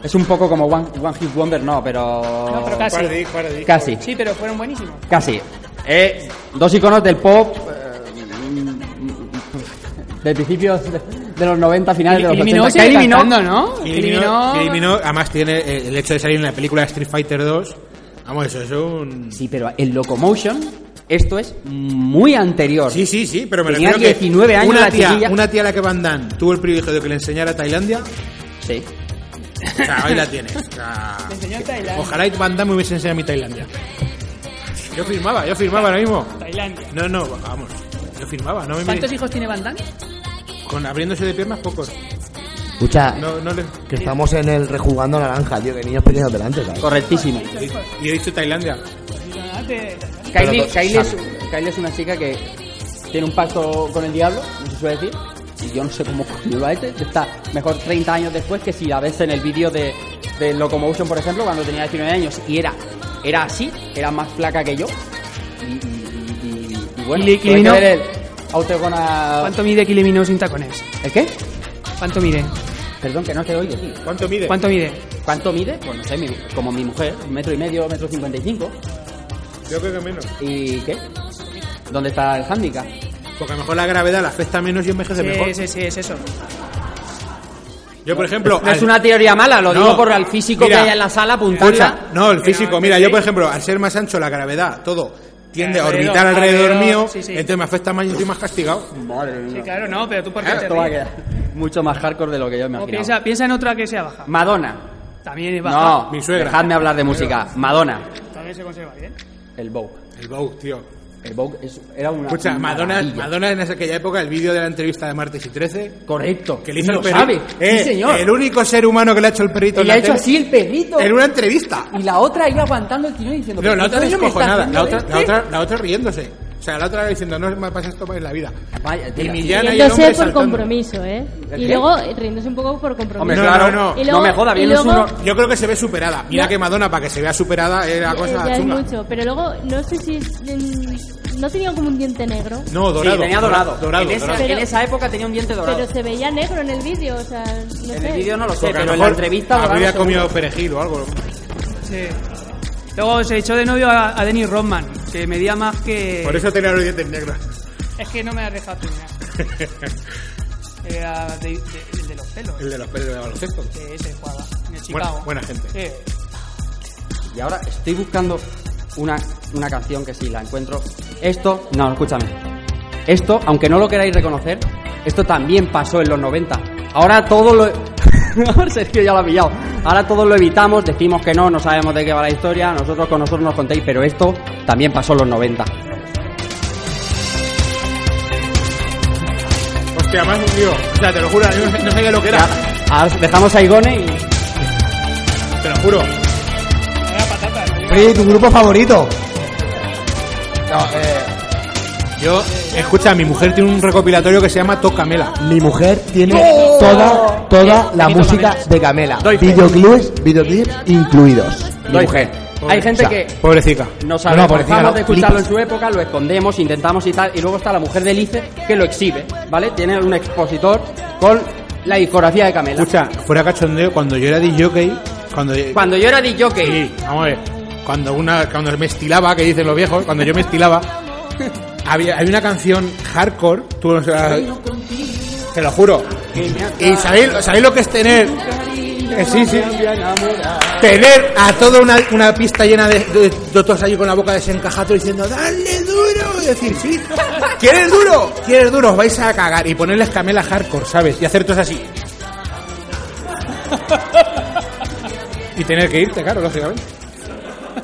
Speaker 1: Es un poco como One, One Hit Wonder, no, pero...
Speaker 6: No, pero casi.
Speaker 10: Pardi, Pardi.
Speaker 1: Casi.
Speaker 6: Sí, pero fueron buenísimos.
Speaker 1: Casi. Eh, dos iconos del pop. eh, mm, de principios de, de los 90, finales de los 80.
Speaker 6: Eliminó,
Speaker 1: Kylie Minogue.
Speaker 6: cantando, ¿no?
Speaker 10: Kylie Minogue- Kylie Minogue, además tiene eh, el hecho de salir en la película Street Fighter 2. Vamos, eso es un
Speaker 1: Sí, pero el Locomotion, esto es muy anterior.
Speaker 10: Sí, sí, sí, pero me
Speaker 1: Tenía
Speaker 10: refiero
Speaker 1: 19
Speaker 10: que
Speaker 1: años
Speaker 10: una
Speaker 1: la
Speaker 10: tía,
Speaker 1: chiquilla.
Speaker 10: una tía a la que Van Damme tuvo el privilegio de que le enseñara a Tailandia,
Speaker 1: Sí.
Speaker 10: o sea, hoy la tienes. O sea,
Speaker 6: Le enseñó a Tailandia.
Speaker 10: ojalá y Van Damme me hubiese enseñado mi Tailandia. Yo firmaba, yo firmaba ahora mismo.
Speaker 6: Tailandia.
Speaker 10: No, no, vamos. Yo firmaba, no me
Speaker 6: ¿Cuántos
Speaker 10: miré.
Speaker 6: hijos tiene Van Damme?
Speaker 10: Con abriéndose de piernas pocos.
Speaker 5: Escucha,
Speaker 10: No, no le...
Speaker 5: que estamos en el rejugando naranja, tío, que niños pequeños delante, ¿sabes?
Speaker 1: Correctísimo.
Speaker 10: Y he dicho Tailandia.
Speaker 1: Kylie,
Speaker 5: to-
Speaker 1: Kylie es, Kylie es una chica que tiene un pacto con el diablo, no se suele decir. Y yo no sé cómo coño lo ha hecho. Está mejor 30 años después que si la ves en el vídeo de, de Locomotion, por ejemplo, cuando tenía 19 años. Y era, era así, era más flaca que yo. Y, y- y- y- y bueno,
Speaker 6: Y le-
Speaker 1: tuve
Speaker 6: y
Speaker 1: que
Speaker 6: vino-
Speaker 1: ver el Autogona...
Speaker 6: ¿Cuánto mide Kilimino sin tacones?
Speaker 1: ¿El qué?
Speaker 6: ¿Cuánto mide?
Speaker 1: Perdón, que no te oigo, tío.
Speaker 10: ¿Cuánto mide?
Speaker 6: ¿Cuánto mide?
Speaker 1: ¿Cuánto mide? Pues no sé, mi- como mi mujer, un metro y medio, metro cincuenta y cinco.
Speaker 10: Yo creo que menos.
Speaker 1: ¿Y qué? ¿Dónde está el handicap?
Speaker 10: Porque a lo mejor la gravedad la afecta menos y envejece
Speaker 6: Sí,
Speaker 10: mejor.
Speaker 6: sí, sí, es eso.
Speaker 10: Yo
Speaker 4: Yo, por ejemplo.
Speaker 1: No es
Speaker 4: al-
Speaker 1: una teoría mala, lo
Speaker 4: No.
Speaker 1: digo por el físico
Speaker 4: Mira,
Speaker 1: que hay en la sala
Speaker 4: Escucha,
Speaker 1: apuntada.
Speaker 4: no, el físico. Mira, yo, por ejemplo, al ser más ancho, la gravedad, todo tiende a
Speaker 6: Alrededor,
Speaker 4: orbitar alrededor
Speaker 6: alrededor,
Speaker 4: mío,
Speaker 6: sí, sí.
Speaker 4: entonces me afecta más y estoy más castigado.
Speaker 6: Sí, claro, no, pero tú por qué te
Speaker 1: Ah, Esto va a
Speaker 6: ríes?
Speaker 1: quedar mucho más hardcore de lo que yo
Speaker 6: O
Speaker 1: imaginaba.
Speaker 6: piensa, piensa en otra que sea baja.
Speaker 1: Madonna.
Speaker 6: También es baja.
Speaker 1: No,
Speaker 4: mi suegra.
Speaker 1: dejadme hablar de música. Madonna.
Speaker 6: También se conserva bien.
Speaker 1: El Vogue.
Speaker 4: El Vogue, tío.
Speaker 1: El Vogue es- era una.
Speaker 4: Escucha,
Speaker 1: una
Speaker 4: Madonna,
Speaker 1: Ah, maravilla.
Speaker 4: Madonna en aquella época, el vídeo de la entrevista de Martes y 13.
Speaker 1: Correcto.
Speaker 4: Que le hizo
Speaker 1: lo
Speaker 4: el perrito.
Speaker 1: sabe.
Speaker 4: Eh,
Speaker 1: sí, señor.
Speaker 4: El único ser humano que le ha hecho el perrito.
Speaker 1: y
Speaker 4: en
Speaker 1: le
Speaker 4: la
Speaker 1: ha hecho
Speaker 4: tele.
Speaker 1: así el perrito.
Speaker 4: En una entrevista.
Speaker 1: Y la otra iba aguantando el tirón diciendo.
Speaker 4: No, la
Speaker 1: "¿Pero
Speaker 4: otra
Speaker 1: entonces me está
Speaker 4: descojonada. La
Speaker 1: haciendo
Speaker 4: otra, la,
Speaker 1: este?".
Speaker 4: otra, la otra riéndose. O sea, la otra diciendo, no me pasa esto en la vida.
Speaker 1: Vaya,
Speaker 4: Y
Speaker 1: tía.
Speaker 4: Millán y el
Speaker 3: Riéndose
Speaker 4: hombre
Speaker 3: por
Speaker 4: saltando.
Speaker 3: compromiso, ¿eh?
Speaker 1: ¿El
Speaker 3: Y
Speaker 1: qué?
Speaker 3: luego eh, riéndose un poco por compromiso.
Speaker 1: Hombre,
Speaker 4: No, no,
Speaker 1: claro. No,
Speaker 4: no. Y
Speaker 3: luego-
Speaker 1: me joda,
Speaker 3: y
Speaker 1: bien es
Speaker 3: luego-
Speaker 1: uno-
Speaker 4: Yo creo que se ve superada. Mira que Madonna, para que se vea superada, era
Speaker 3: Eh,
Speaker 4: cosa
Speaker 3: ya es
Speaker 4: chunga.
Speaker 3: mucho, pero luego no sé si es, mm, no tenía como un diente negro,
Speaker 4: No,
Speaker 1: Sí,
Speaker 4: dorado.
Speaker 1: tenía dorado.
Speaker 4: Dorado,
Speaker 1: en, esa,
Speaker 4: dorado.
Speaker 1: en esa época tenía un diente dorado.
Speaker 3: pero se veía negro en el vídeo, o sea, no
Speaker 1: en
Speaker 3: sé.
Speaker 1: el vídeo no lo sé,
Speaker 4: Porque a
Speaker 1: pero
Speaker 4: lo
Speaker 1: en la
Speaker 4: mejor
Speaker 1: entrevista
Speaker 4: habría
Speaker 1: dorado seguro.
Speaker 4: comido perejil o algo.
Speaker 6: Sí. Luego se echó de novio a, a Dennis Rodman, que medía más que...
Speaker 4: Por eso tenía los dientes negros.
Speaker 6: Es que no me has dejado terminar. Era de, de- el de los pelos.
Speaker 4: El de los pelos de baloncesto.
Speaker 6: Que ese jugaba en el
Speaker 4: Buena,
Speaker 6: Chicago.
Speaker 4: buena gente.
Speaker 6: Sí.
Speaker 1: Y ahora estoy buscando una, una canción que si la encuentro. Esto, no, escúchame. Esto, aunque no lo queráis reconocer, esto también pasó en los 90. Ahora todo lo. Sergio ya lo ha pillado. Ahora todo lo evitamos, decimos que no, no sabemos de qué va la historia, nosotros con nosotros nos contéis, pero esto también pasó en los 90.
Speaker 4: Hostia, más un tío. O sea, te lo juro, yo no sé- no sabía lo que era.
Speaker 1: Ahora dejamos a Igone y.
Speaker 4: Te lo juro.
Speaker 5: Freddy, tu grupo favorito. No, eh,
Speaker 4: Yo, escucha, mi mujer tiene un recopilatorio que se llama Tócamela.
Speaker 5: mi mujer tiene toda, toda la música de Camela.
Speaker 1: Doy fe.
Speaker 5: Videoclips, videoclips incluidos.
Speaker 1: Doy fe. Hay gente
Speaker 5: O sea,
Speaker 1: que
Speaker 4: Eh, Pobrecita.
Speaker 1: nos
Speaker 5: No, no, por
Speaker 1: avergonzamos
Speaker 5: encima,
Speaker 1: de
Speaker 5: no,
Speaker 1: escucharlo en
Speaker 5: flipas.
Speaker 1: su época, lo escondemos, intentamos y tal, y luego está la mujer de Lice que lo exhibe, ¿vale? Tiene un expositor con la discografía de Camela.
Speaker 4: Escucha, fuera cachondeo, cuando yo era DJ, jockey, cuando, eh,
Speaker 1: Cuando yo era DJ, jockey
Speaker 4: Sí, vamos a ver. Cuando, una, cuando me estilaba, que dicen los viejos, cuando yo me estilaba, había, había una canción hardcore, tú no sabes- te lo juro. Y sabéis, sabéis lo que es tener. eh, sí, sí. Tener a toda una, una pista llena de, de, de todos allí con la boca desencajada diciendo, dale duro. Y decir, sí, ¿quieres duro? ¿Quieres duro? Os vais a cagar. Y ponerles camela hardcore, ¿sabes? Y hacer todos así. Y tener que irte, claro, lógicamente.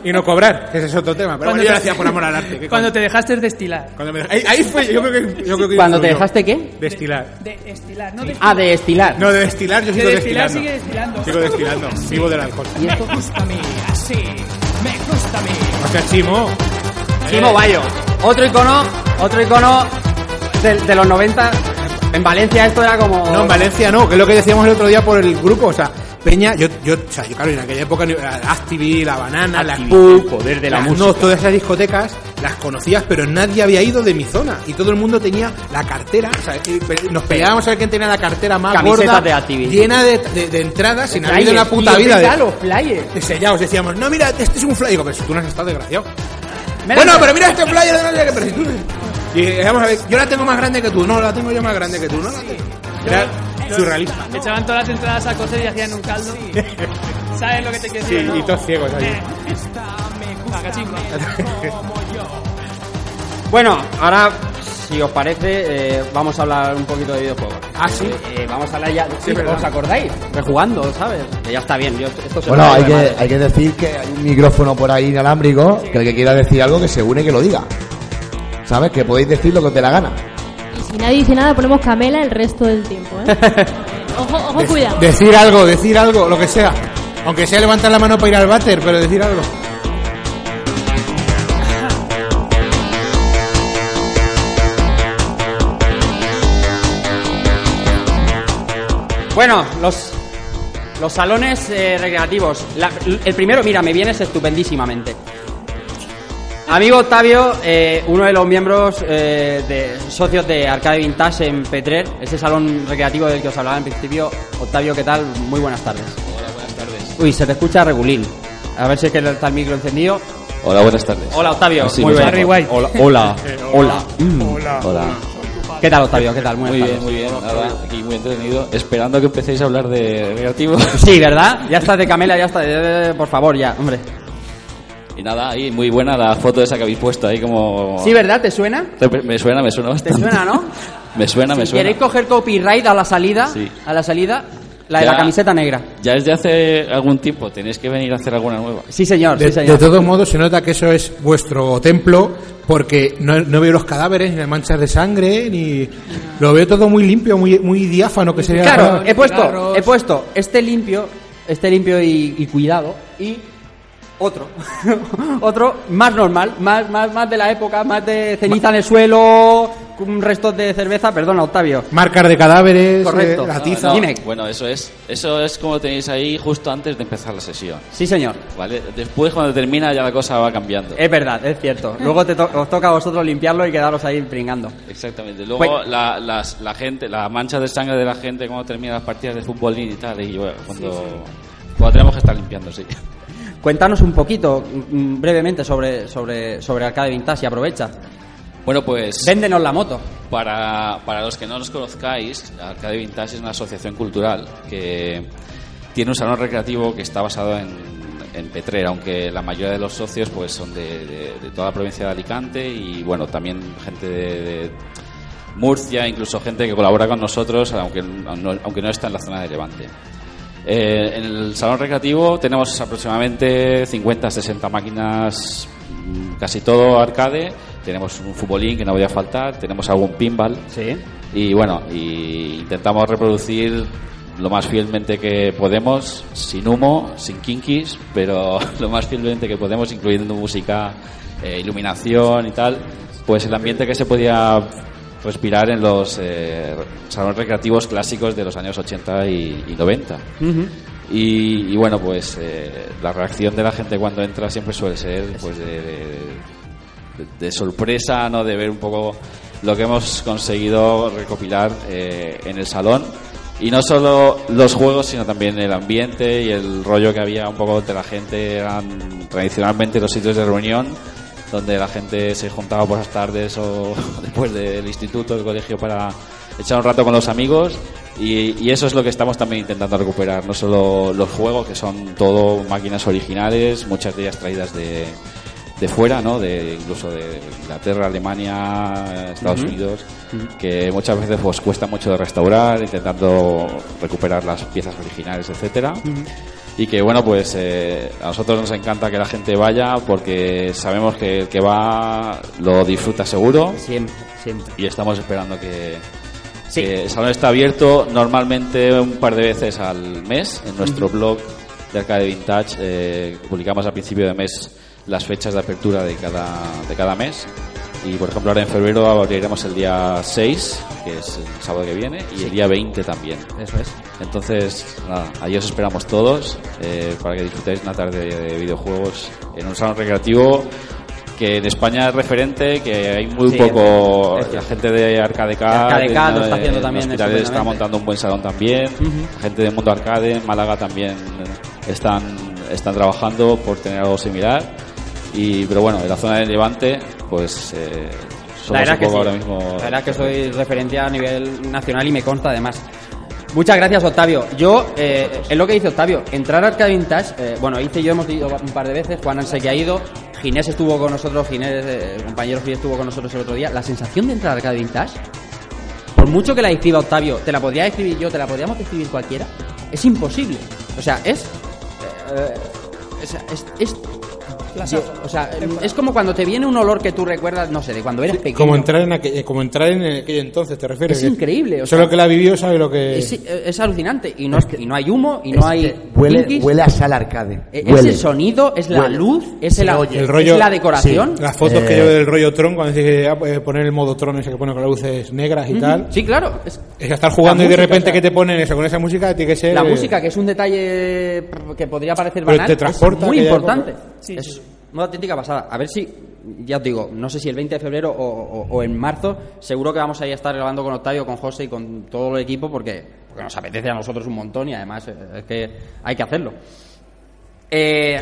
Speaker 4: Y no cobrar, que ese es otro tema. Pero bueno,
Speaker 6: Cuando
Speaker 4: yo lo
Speaker 6: te-
Speaker 4: hacía por amor al arte. que
Speaker 6: Cuando te dejaste destilar.
Speaker 4: cuando me- ahí, ahí fue, yo creo que. yo creo que
Speaker 1: ¿Cuándo te
Speaker 4: influyó.
Speaker 1: dejaste qué?
Speaker 4: Destilar.
Speaker 6: De estilar, no de...
Speaker 1: Ah, de estilar.
Speaker 4: No, de destilar, yo
Speaker 6: de
Speaker 4: sigo
Speaker 6: destilar
Speaker 4: destilando.
Speaker 6: sigue destilando.
Speaker 4: Sigo destilando, vivo del alcohol.
Speaker 1: Y esto,
Speaker 4: O sea, chimo. Eh.
Speaker 1: Chimo Bayo. Otro icono, otro icono de, de los 90. En Valencia esto era como...
Speaker 4: No, en Valencia no, que es lo que decíamos el otro día por el grupo. O sea, Peña, yo, yo, o sea, yo claro, en aquella época, ni- la Activi, la Banana, la
Speaker 1: Activi, poder de la
Speaker 4: las
Speaker 1: música.
Speaker 4: No, todas esas discotecas las conocías, pero nadie había ido de mi zona. Y todo el mundo tenía la cartera. O sea, y pe- nos peleábamos a ver quién tenía la cartera más
Speaker 1: Camisetas
Speaker 4: gorda,
Speaker 1: de Activi.
Speaker 4: llena de, de- de entradas, sin haber ido en la
Speaker 1: Flyers,
Speaker 4: puta
Speaker 1: tío,
Speaker 4: vida.
Speaker 1: ¿qué
Speaker 4: de-
Speaker 1: tal los flyers?
Speaker 4: de sellados. Decíamos, no, mira, este es un flyer. Digo, pero si tú no has estado desgraciado.
Speaker 1: Mira,
Speaker 4: bueno,
Speaker 1: mira.
Speaker 4: pero mira este flyer de no sé qué, pero si tú... Y eh, vamos a ver, yo la tengo más grande que tú. No, la tengo yo más grande que tú. No, la tengo. Era surrealista.
Speaker 6: Echaban todas las entradas a cocer y hacían un caldo. ¿Sabes lo que te quiero
Speaker 4: Sí,
Speaker 6: decir? o no?
Speaker 4: y todos ciegos ahí.
Speaker 6: Eh, Pagachimba.
Speaker 1: Bueno, ahora, si os parece, eh, vamos a hablar un poquito de videojuegos.
Speaker 4: Ah, ¿sí?
Speaker 1: Eh, vamos a hablar ya... Sí,
Speaker 4: verdad.
Speaker 1: ¿Os acordáis? Rejugando, ¿sabes? Que ya está bien. Yo, esto se me
Speaker 5: Bueno,
Speaker 1: ha ido
Speaker 5: hay
Speaker 1: de
Speaker 5: que,
Speaker 1: madre.
Speaker 5: hay que decir que hay un micrófono por ahí inalámbrico, que el que quiera decir algo que se une que lo diga. ¿Sabes? Que podéis decir lo que os dé la gana.
Speaker 3: Y si nadie dice nada, ponemos Camela el resto del tiempo, ¿eh? ojo, ojo, cuidado.
Speaker 4: Decir algo, decir algo, lo que sea. Aunque sea levantar la mano para ir al váter, pero decir algo.
Speaker 1: Bueno, los, los salones eh, recreativos. La- el primero, mira, me vienes estupendísimamente. Amigo Octavio, eh, uno de los miembros eh, de socios de Arcade Vintage en Petrer, ese salón recreativo del que os hablaba en principio. Octavio, ¿qué tal? Muy buenas tardes.
Speaker 7: Hola, buenas tardes.
Speaker 1: Uy, se te escucha regulín. A ver si es que está el micro encendido.
Speaker 7: Hola, buenas tardes.
Speaker 1: Hola, Octavio.
Speaker 7: Así
Speaker 1: Muy
Speaker 7: me
Speaker 1: bien.
Speaker 7: llamo.
Speaker 6: Barry White.
Speaker 7: Hola, hola, hola. mm, Hola.
Speaker 1: ¿Qué tal, Octavio? ¿Qué tal? Muy
Speaker 7: Muy bien, muy bien. Nada, aquí muy entretenido. Esperando que empecéis a hablar de negativo.
Speaker 1: Sí, ¿verdad? Ya estás de Camela, ya está. eh, Por favor, ya, hombre.
Speaker 7: Y nada, ahí muy buena la foto esa que habéis puesto ahí como...
Speaker 1: Sí, ¿verdad? ¿Te suena?
Speaker 7: Me suena, me suena
Speaker 1: ¿Te
Speaker 7: bastante.
Speaker 1: suena, no?
Speaker 7: Me suena, me
Speaker 1: Si
Speaker 7: suena.
Speaker 1: ¿Queréis coger copyright a la salida?
Speaker 7: Sí.
Speaker 1: A la salida, la de
Speaker 7: Ya.
Speaker 1: la camiseta negra.
Speaker 7: Ya desde hace algún tiempo tenéis que venir a hacer alguna nueva.
Speaker 1: Sí, señor,
Speaker 10: De,
Speaker 1: sí,
Speaker 10: de
Speaker 1: señor.
Speaker 10: todos modos, se nota que eso es vuestro templo, porque no, no veo los cadáveres, ni las manchas de sangre, ni. Lo veo todo muy limpio, muy, muy diáfano, que sería. la
Speaker 1: Claro,
Speaker 10: palabra.
Speaker 1: he puesto,
Speaker 6: cigarros.
Speaker 1: he puesto este limpio, este limpio y, y cuidado y otro, otro más normal, más, más, más de la época, más de ceniza en el suelo, un restos de cerveza, perdona Octavio.
Speaker 10: Marcas de cadáveres,
Speaker 1: Correcto.
Speaker 10: eh, la
Speaker 1: No,
Speaker 10: tiza.
Speaker 1: no. Dime.
Speaker 7: Bueno, eso es, eso es como tenéis ahí justo antes de empezar la sesión.
Speaker 1: Sí señor,
Speaker 7: ¿Vale? Después cuando termina ya la cosa va cambiando.
Speaker 1: es verdad, es cierto. Luego te to- os toca a vosotros limpiarlo y quedaros ahí pringando.
Speaker 7: Exactamente. Luego
Speaker 1: Bueno.
Speaker 7: la, las- la gente, la mancha de sangre de la gente cuando terminan las partidas de fútbol y tal, y bueno, cuando, cuando tenemos que estar limpiando, sí.
Speaker 1: Cuéntanos un poquito, mm, brevemente, sobre, sobre, sobre Arcade Vintage y aprovecha.
Speaker 7: Bueno, pues
Speaker 1: Véndenos la moto.
Speaker 7: para, para los que no nos conozcáis, Arcade Vintage es una asociación cultural que tiene un salón recreativo que está basado en, en Petrer, aunque la mayoría de los socios pues son de, de- de toda la provincia de Alicante y bueno, también gente de, de Murcia, incluso gente que colabora con nosotros, aunque no- aunque no está en la zona de Levante. Eh, en el salón recreativo tenemos aproximadamente 50-60 máquinas, mm, casi todo arcade. Tenemos un futbolín que no voy a faltar, tenemos algún pinball.
Speaker 1: Sí.
Speaker 7: Y bueno, y intentamos reproducir lo más fielmente que podemos, sin humo, sin kinkis, pero lo más fielmente que podemos, incluyendo música, eh, iluminación y tal, pues el ambiente que se podía respirar en los eh, salones recreativos clásicos de los años 80 y, y 90. Y, y bueno, pues eh, la reacción de la gente cuando entra siempre suele ser pues de, de- de sorpresa, ¿no? De ver un poco lo que hemos conseguido recopilar eh, en el salón. Y no solo los juegos, sino también el ambiente y el rollo que había un poco de la gente. Eran tradicionalmente los sitios de reunión donde la gente se juntaba por las tardes o después del instituto, del colegio, para echar un rato con los amigos. Y, y eso es lo que estamos también intentando recuperar, no solo los juegos, que son todo máquinas originales, muchas de ellas traídas de, de fuera, ¿no? de, incluso de Inglaterra, Alemania, Estados Unidos, que muchas veces pues, cuesta mucho de restaurar, intentando recuperar las piezas originales, etcétera y que bueno pues eh, a nosotros nos encanta que la gente vaya porque sabemos que el que va lo disfruta seguro
Speaker 1: Siempre, siempre.
Speaker 7: y estamos esperando que, que Eh, el salón está abierto normalmente un par de veces al mes en nuestro blog de Arcade Vintage eh, publicamos a principio de mes las fechas de apertura de cada, de cada mes y por ejemplo ahora en febrero abriremos el día 6 que es el sábado que viene y el día 20 también
Speaker 1: Eso es.
Speaker 7: entonces, nada, ahí os esperamos todos eh, para que disfrutéis una tarde de videojuegos en un salón recreativo que en España es referente, que hay muy
Speaker 1: Sí,
Speaker 7: poco.
Speaker 1: es
Speaker 7: La
Speaker 1: cierto.
Speaker 7: gente de Arcade Cat,
Speaker 1: Arcade Cat lo
Speaker 7: ¿no?
Speaker 1: está haciendo
Speaker 7: en
Speaker 1: también
Speaker 7: Hospitales está
Speaker 1: estupendamente.
Speaker 7: montando un buen salón también. La gente de Mundo Arcade, en Málaga también están, están trabajando por tener algo similar. Y, pero bueno, en la zona de Levante, pues. Eh,
Speaker 1: La
Speaker 7: somos
Speaker 1: verdad
Speaker 7: un
Speaker 1: que
Speaker 7: poco
Speaker 1: sí.
Speaker 7: ahora mismo.
Speaker 1: La verdad que soy referencia a nivel nacional y me consta además. Muchas gracias, Octavio. Yo, eh, es lo que dice Octavio, entrar a Arcade Vintage, eh, bueno, Ice y yo hemos ido un par de veces, Juan sé que ha ido, Ginés estuvo con nosotros, Ginés, eh, el compañero Ginés estuvo con nosotros el otro día. La sensación de entrar a Arcade Vintage, por mucho que la escriba Octavio, te la podría escribir yo, te la podríamos escribir cualquiera, es imposible. O sea, es... eh, o sea, es, es- o sea, mm, es como cuando te viene un olor que tú recuerdas, no sé, de cuando eras pequeño.
Speaker 4: Como entrar en aquel, como entrar en aquel entonces, ¿te refieres?
Speaker 1: Es
Speaker 4: Que
Speaker 1: increíble, o
Speaker 4: Solo
Speaker 1: sea-
Speaker 4: que la vivió sabe lo que.
Speaker 1: Es, eh, es alucinante. Y no, y no hay humo, y no
Speaker 5: Es
Speaker 1: hay.
Speaker 4: Este,
Speaker 5: que Huele,
Speaker 1: pinkies.
Speaker 5: huele a sal arcade.
Speaker 4: Eh,
Speaker 1: E- Es
Speaker 5: Huele.
Speaker 1: el sonido, es la
Speaker 5: Huele.
Speaker 1: luz, es, el,
Speaker 5: oye.
Speaker 4: El rollo-
Speaker 1: es la decoración.
Speaker 4: Las fotos que
Speaker 5: Eh.
Speaker 4: yo veo del rollo Tron, cuando dice que ah, pues, poner el modo Tron ese que pone con las luces negras y tal.
Speaker 1: Sí, claro. es-
Speaker 4: Es estar jugando
Speaker 1: La
Speaker 4: y de
Speaker 1: música,
Speaker 4: repente
Speaker 1: o sea,
Speaker 4: que te ponen eso con esa música, tiene que ser.
Speaker 1: la
Speaker 4: eh,
Speaker 1: música, que es un detalle pr- que podría parecer
Speaker 4: Pero
Speaker 1: banal,
Speaker 4: te transporta
Speaker 1: es muy
Speaker 4: aquella
Speaker 1: importante.
Speaker 4: época.
Speaker 6: Sí,
Speaker 1: es
Speaker 6: sí.
Speaker 1: una auténtica pasada. A ver si, ya os digo, no sé si el 20 de febrero o, o- o en marzo, seguro que vamos a ir a estar grabando con Octavio, con José y con todo el equipo porque, porque nos apetece a nosotros un montón y además eh, es que hay que hacerlo. Eh,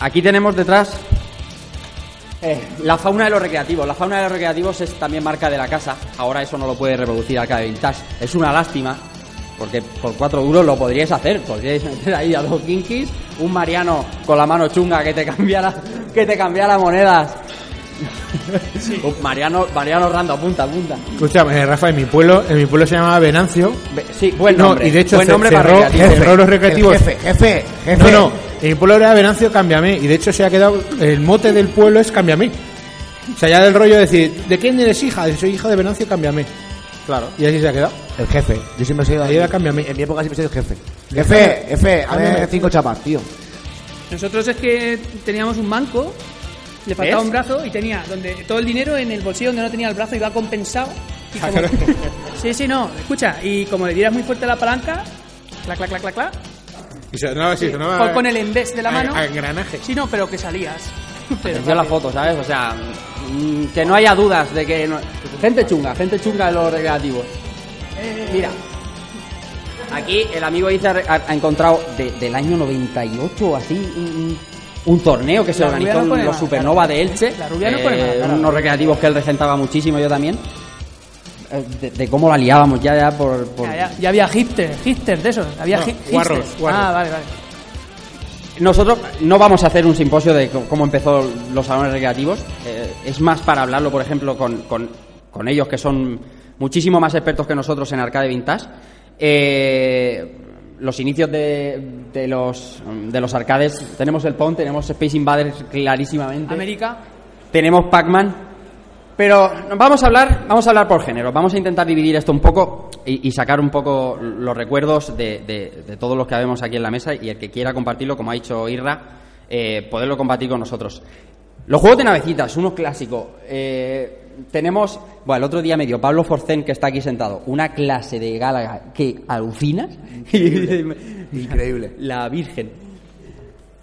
Speaker 1: aquí tenemos detrás Eh, la fauna de los recreativos. La fauna de los recreativos es también marca de la casa. Ahora eso no lo puede reproducir Arcade Vintage. Es una lástima, porque por cuatro duros lo podríais hacer. Podríais meter ahí a dos kinkis, un mariano con la mano chunga que te cambiara, que te cambiara monedas. Un mariano, mariano Rando, apunta, apunta.
Speaker 4: Escúchame, eh, Rafa, en mi pueblo, en mi pueblo se llamaba Venancio.
Speaker 1: Ve- Sí, buen
Speaker 4: No,
Speaker 1: nombre.
Speaker 4: y de hecho
Speaker 1: buen
Speaker 4: se
Speaker 1: nombre para
Speaker 4: cerró,
Speaker 1: recreativos.
Speaker 4: se cerró los recreativos.
Speaker 5: El jefe, jefe, jefe.
Speaker 4: No, no, en mi pueblo era Venancio, cámbiame. Y de hecho se ha quedado, el mote del pueblo es cámbiame. O sea, ya del rollo de decir, ¿de quién eres hija? Soy hija de Venancio, cámbiame.
Speaker 1: Claro.
Speaker 4: Y así se ha quedado.
Speaker 5: El jefe. Yo siempre he sido.
Speaker 4: Ahí era cámbiame.
Speaker 5: En mi época siempre he sido el jefe. Jefe, jefe, a
Speaker 4: Cámbiame.
Speaker 5: ver, cinco chapas, tío.
Speaker 6: Nosotros es que teníamos un banco, le faltaba
Speaker 1: ¿Ves?
Speaker 6: un brazo y tenía donde todo el dinero en el bolsillo donde no tenía el brazo iba compensado. Y como- sí, sí, no, escucha, y como le dieras muy fuerte la palanca, clac, clac, clac, clac, clac,
Speaker 4: Y sonaba así, sonaba.
Speaker 6: con- con el envés de la
Speaker 4: a-
Speaker 6: mano,
Speaker 4: a engranaje.
Speaker 6: sí, no, pero que salías. Pero
Speaker 1: Atención a la foto, ¿sabes? O sea, mm, que no haya dudas de que... no- Gente chunga, gente chunga de los recreativos.
Speaker 6: Eh.
Speaker 1: Mira, aquí el amigo dice ha, ha encontrado de- del año 98 o así un, un- un torneo que se
Speaker 6: La rubia
Speaker 1: organizó
Speaker 6: no
Speaker 1: en
Speaker 6: pone
Speaker 1: los
Speaker 6: nada,
Speaker 1: Supernova
Speaker 6: claro.
Speaker 1: de Elche. eh,
Speaker 6: La rubia no pone nada, claro.
Speaker 1: Unos recreativos que él regentaba muchísimo, yo también. Eh, De, de cómo la liábamos ya, ya por... por-
Speaker 6: Ya, ya- ya había hipster, hipster de esos, había
Speaker 4: No,
Speaker 6: hip- hipsters.
Speaker 4: guarros, guarros.
Speaker 6: Ah, vale, vale.
Speaker 1: Nosotros no vamos a hacer un simposio de co- cómo empezó los salones recreativos. eh, es más para hablarlo, por ejemplo, con, con- con ellos que son muchísimo más expertos que nosotros en arcade vintage. Eh, los inicios de, de los, de los arcades, tenemos el PON, tenemos Space Invaders clarísimamente.
Speaker 6: América,
Speaker 1: Tenemos Pac-Man. Pero vamos a hablar, vamos a hablar por género. Vamos a intentar dividir esto un poco y, y sacar un poco los recuerdos de, de- de todos los que habemos aquí en la mesa y el que quiera compartirlo, como ha dicho Irra, eh, poderlo compartir con nosotros. Los juegos de navecitas, uno clásico. Eh, tenemos, bueno, el otro día me dio Pablo Forcén, que está aquí sentado, una clase de Gálaga que alucinas.
Speaker 5: Increíble.
Speaker 1: La Virgen.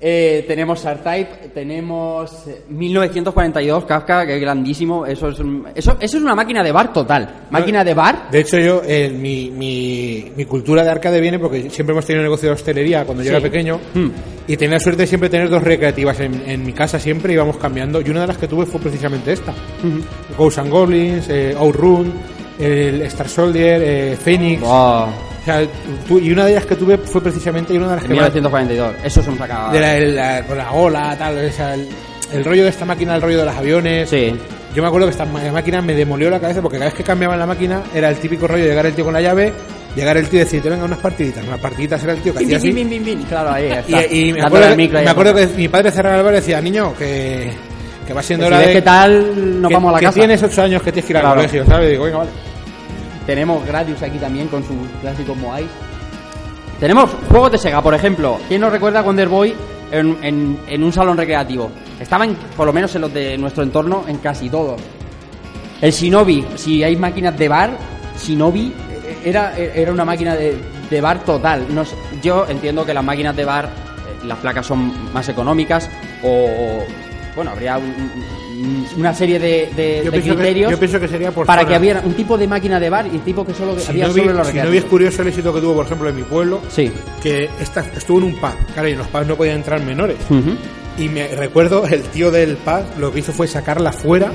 Speaker 1: Eh, tenemos R-Type, tenemos eh, 1942, Kafka, que es grandísimo. Eso es, un- eso, eso es una máquina de bar total. Máquina de bar.
Speaker 4: De hecho, yo, eh, mi, mi, mi cultura de arcade viene porque siempre hemos tenido un negocio de hostelería cuando yo
Speaker 1: Sí.
Speaker 4: era pequeño.
Speaker 1: Hmm.
Speaker 4: Y tenía la suerte de siempre tener dos recreativas en, en mi casa, siempre íbamos cambiando. Y una de las que tuve fue precisamente esta:
Speaker 1: Hmm.
Speaker 4: Ghosts and Goblins, eh, Outrun, el Star Soldier, eh, Phoenix.
Speaker 1: Wow.
Speaker 4: O sea, tú- y una de las que tuve fue precisamente y una de las
Speaker 1: En
Speaker 4: que más-
Speaker 1: 1942, eso es un sacado.
Speaker 4: de la, el- la- con la ola, tal, o sea, el, el rollo de esta máquina, el rollo de los aviones.
Speaker 1: Sí.
Speaker 4: Yo me acuerdo que esta ma- máquina me demolió la cabeza porque cada vez que cambiaban la máquina era el típico rollo llegar el tío con la llave, llegar el tío y decirte, venga, unas partiditas. Unas partiditas era el tío que hacía así.
Speaker 1: Claro, ahí
Speaker 4: Y,
Speaker 1: está.
Speaker 4: y me,
Speaker 1: Dándole
Speaker 4: acuerdo
Speaker 1: al
Speaker 4: que,
Speaker 1: micro ahí.
Speaker 4: me acuerdo que mi padre cerraba el bar y decía, niño, que, que va siendo
Speaker 1: Que si
Speaker 4: hora
Speaker 1: ves
Speaker 4: de...
Speaker 1: qué tal, nos
Speaker 4: que-
Speaker 1: vamos a la
Speaker 4: que
Speaker 1: casa.
Speaker 4: tienes ocho años que tienes que ir
Speaker 1: Claro. Eh,
Speaker 4: al colegio, ¿sabes? Y digo, venga, vale.
Speaker 1: Tenemos Gradius aquí también con su clásico Moai. Tenemos juegos de Sega, por ejemplo. ¿Quién nos recuerda a Wonder Boy en, en- en un salón recreativo? Estaban, por lo menos en los de nuestro entorno, en casi todos. El Shinobi, si hay máquinas de bar, Shinobi eh, era, era una máquina de, de bar total. No sé, yo entiendo que las máquinas de bar, eh, las placas son más económicas o, o, bueno, habría un- un- un- una serie de, de-
Speaker 4: Yo
Speaker 1: de
Speaker 4: pienso que-
Speaker 1: criterios
Speaker 4: yo pienso que sería por
Speaker 1: para
Speaker 4: zona.
Speaker 1: que hubiera un tipo de máquina de bar y un tipo que solo
Speaker 4: Si
Speaker 1: había
Speaker 4: no, vi,
Speaker 1: solo en los
Speaker 4: si no vi es
Speaker 1: recreativos.
Speaker 4: curioso el éxito que tuvo, por ejemplo, en mi pueblo,
Speaker 1: Sí.
Speaker 4: que esta, estuvo en un pub, claro, y en los pubs no podían entrar menores.
Speaker 1: Ujú.
Speaker 4: Y me recuerdo el tío del pub lo que hizo fue sacarla fuera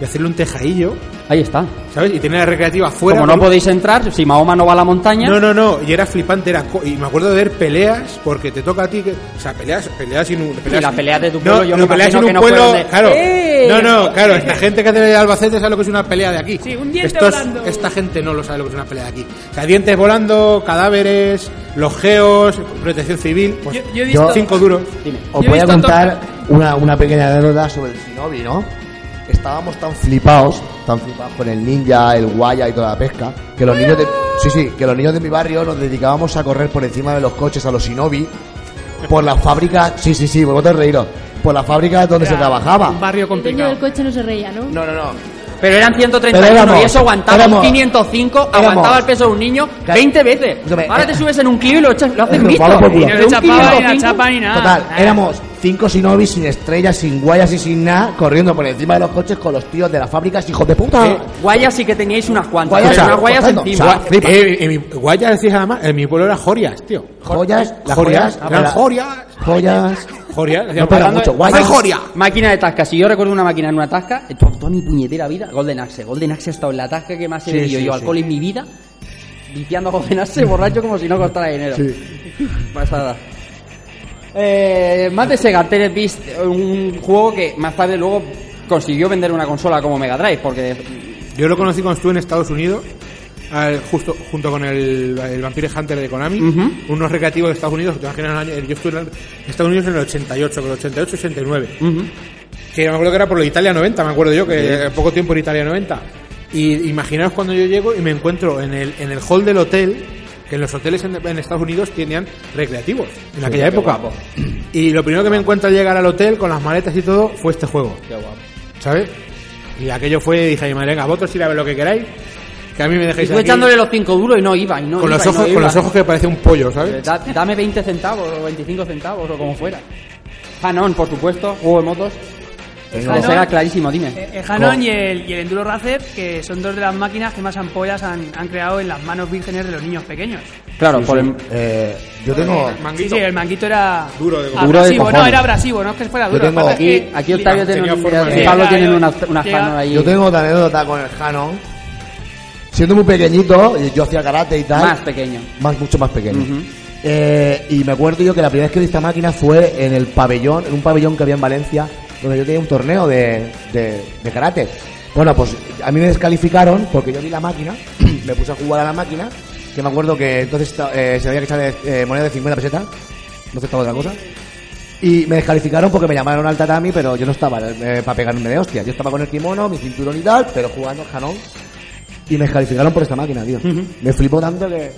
Speaker 4: y hacerle un tejadillo,
Speaker 1: Ahí está.
Speaker 4: ¿sabes? Y tenía la recreativa fuera.
Speaker 1: Como no
Speaker 4: con un-
Speaker 1: podéis entrar, si Mahoma no va a la montaña,
Speaker 4: No, no, no, y era flipante, era co- y me acuerdo de ver peleas porque te toca a ti que, o sea, peleas, peleas sin un peleas,
Speaker 1: las peleas de tu
Speaker 4: No,
Speaker 1: pueblo yo
Speaker 4: no,
Speaker 1: me
Speaker 4: peleas
Speaker 1: imagino
Speaker 4: en un
Speaker 1: que no
Speaker 4: pueblo,
Speaker 1: fueron de-
Speaker 4: claro.
Speaker 1: ¡Eh!
Speaker 4: No, no, claro, esta gente que hace de Albacete sabe lo que es una pelea de aquí.
Speaker 6: Sí, un diente
Speaker 4: Estos-
Speaker 6: volando.
Speaker 4: Esta gente no lo sabe lo que es una pelea de aquí. O sea, dientes volando, cadáveres, los geos, protección civil, pues,
Speaker 6: Yo- yo he visto-
Speaker 4: cinco duros.
Speaker 5: Os
Speaker 6: Yo he
Speaker 5: voy a
Speaker 6: visto
Speaker 5: contar una, una pequeña anécdota sobre el Shinobi, ¿no? Estábamos tan flipados, tan flipados con el ninja, el guaya y toda la pesca, que los niños de, sí, sí, que los niños de mi barrio nos dedicábamos a correr por encima de los coches a los Shinobi por las fábricas, sí, sí, sí, vosotros reíros, por las fábricas donde se trabajaba.
Speaker 6: un barrio
Speaker 11: El dueño del
Speaker 6: complicado.
Speaker 11: coche no se reía, ¿no?
Speaker 5: No, no, no.
Speaker 1: pero eran 131
Speaker 5: Pero éramos-
Speaker 1: y eso aguantaba
Speaker 5: éramos-
Speaker 1: 505, aguantaba
Speaker 5: éramos-
Speaker 1: el peso de un niño
Speaker 5: Claro.
Speaker 1: 20 veces.
Speaker 5: Escúchame,
Speaker 1: Ahora
Speaker 5: eh,
Speaker 1: te subes en un kilo y lo, echas, lo haces
Speaker 5: Lo
Speaker 1: visto.
Speaker 5: pago por
Speaker 1: Pero
Speaker 5: culo.
Speaker 6: Y no le
Speaker 1: un
Speaker 6: chapaba ni la
Speaker 1: 505,
Speaker 6: chapa ni nada.
Speaker 5: Total, éramos cinco sinobis sin estrellas, sin guayas y sin nada, corriendo por encima de los coches con los tíos de las fábricas, hijos de puta.
Speaker 1: Eh, guayas sí que teníais unas cuantas.
Speaker 5: Guayas,
Speaker 1: pero unas
Speaker 5: ah,
Speaker 1: guayas
Speaker 5: cortando,
Speaker 1: encima.
Speaker 5: o sea, flipa.
Speaker 4: Eh, en mi, guayas decís además, en mi pueblo era Jorias, tío.
Speaker 5: Joyas, las
Speaker 4: Jorias,
Speaker 5: joyas,
Speaker 4: eran
Speaker 5: las
Speaker 4: Jorias.
Speaker 5: joyas.
Speaker 4: Jorias,
Speaker 5: No
Speaker 4: decíamos,
Speaker 5: pega
Speaker 4: hablando de-
Speaker 5: mucho, guayas.
Speaker 4: ¡Ay, Joria!
Speaker 1: Máquina de tasca. Si yo recuerdo una máquina en una tasca, eh, to- toda, mi puñetera vida, Golden Axe. Golden Axe ha estado en la tasca que más he
Speaker 5: Sí,
Speaker 1: bebido
Speaker 5: sí,
Speaker 1: yo
Speaker 5: sí.
Speaker 1: alcohol en mi vida, viciando a Golden Axe borracho como si no costara dinero. Pasada. Eh, Mate Sega, Tele Beast, un juego que más tarde luego consiguió vender una consola como Mega Drive, porque
Speaker 4: Yo lo conocí cuando estuve en Estados Unidos, al- justo junto con el, el Vampire Hunter de Konami,
Speaker 1: Ujú.
Speaker 4: unos recreativos de Estados Unidos, te imaginas, el año- yo estuve en Estados Unidos en el 88, con el 88, 89. Que me acuerdo que era por lo de Italia 90, me acuerdo yo, que poco tiempo en Italia 90. Y imaginaos cuando yo llego y me encuentro en el, en el hall del hotel, que en los hoteles en, en Estados Unidos tenían recreativos, en aquella época. Y lo primero que me encuentro al llegar al hotel, con las maletas y todo, fue este juego. ¿Sabes? Y aquello fue, dije a mi madre, venga, vosotros ir a ver lo que queráis, que a mí me
Speaker 1: y
Speaker 4: dejéis
Speaker 1: tú
Speaker 4: aquí
Speaker 1: echándole los 5 duros y no iba, y no
Speaker 4: con,
Speaker 1: iba,
Speaker 4: los
Speaker 1: y no
Speaker 4: ojos,
Speaker 1: iba.
Speaker 4: con los ojos que parece un pollo, ¿sabes?
Speaker 1: Da- dame 20 centavos o 25 centavos o como fuera. Hanon, por supuesto, juego de motos. Eso
Speaker 6: Hanon.
Speaker 1: será clarísimo, dime.
Speaker 6: Eh, El Hanon y el, y el Enduro Racer, que son dos de las máquinas que más ampollas han, han creado en las manos vírgenes de los niños pequeños.
Speaker 1: Claro, por el-
Speaker 5: Eh, yo tengo.
Speaker 6: Sí, sí, el manguito era
Speaker 4: Duro de
Speaker 6: abrasivo,
Speaker 1: Duro de
Speaker 6: no,
Speaker 1: cojones.
Speaker 6: era abrasivo, no es que fuera
Speaker 5: Yo
Speaker 6: duro.
Speaker 5: tengo
Speaker 6: lo que pasa
Speaker 1: aquí,
Speaker 6: es que-
Speaker 1: aquí Octavio
Speaker 4: tenía
Speaker 1: tiene
Speaker 4: forma
Speaker 1: una
Speaker 4: de-
Speaker 1: Pablo
Speaker 6: Llega,
Speaker 1: tienen
Speaker 6: llega,
Speaker 1: una, una
Speaker 6: llega.
Speaker 1: Hanon ahí.
Speaker 5: Yo tengo otra anécdota con el Hanon. Siendo muy pequeñito, y yo hacía karate y tal.
Speaker 1: Más pequeño.
Speaker 5: Más- mucho más pequeño.
Speaker 1: Ujú.
Speaker 5: Eh, y me acuerdo yo que la primera vez que vi esta máquina fue en el pabellón, en un pabellón que había en Valencia, donde yo tenía un torneo de, de, de karate. Bueno, pues a mí me descalificaron porque yo vi la máquina, me puse a jugar a la máquina, que me acuerdo que entonces esta- eh, se había que echarle eh, moneda de 50 pesetas, no aceptaba otra cosa. Y me descalificaron porque me llamaron al tatami, pero yo no estaba eh, para pegarme de hostia. Yo estaba con el kimono, mi cinturón y tal, pero jugando Hanon. Y me descalificaron por esta máquina, tío. Me flipó tanto que...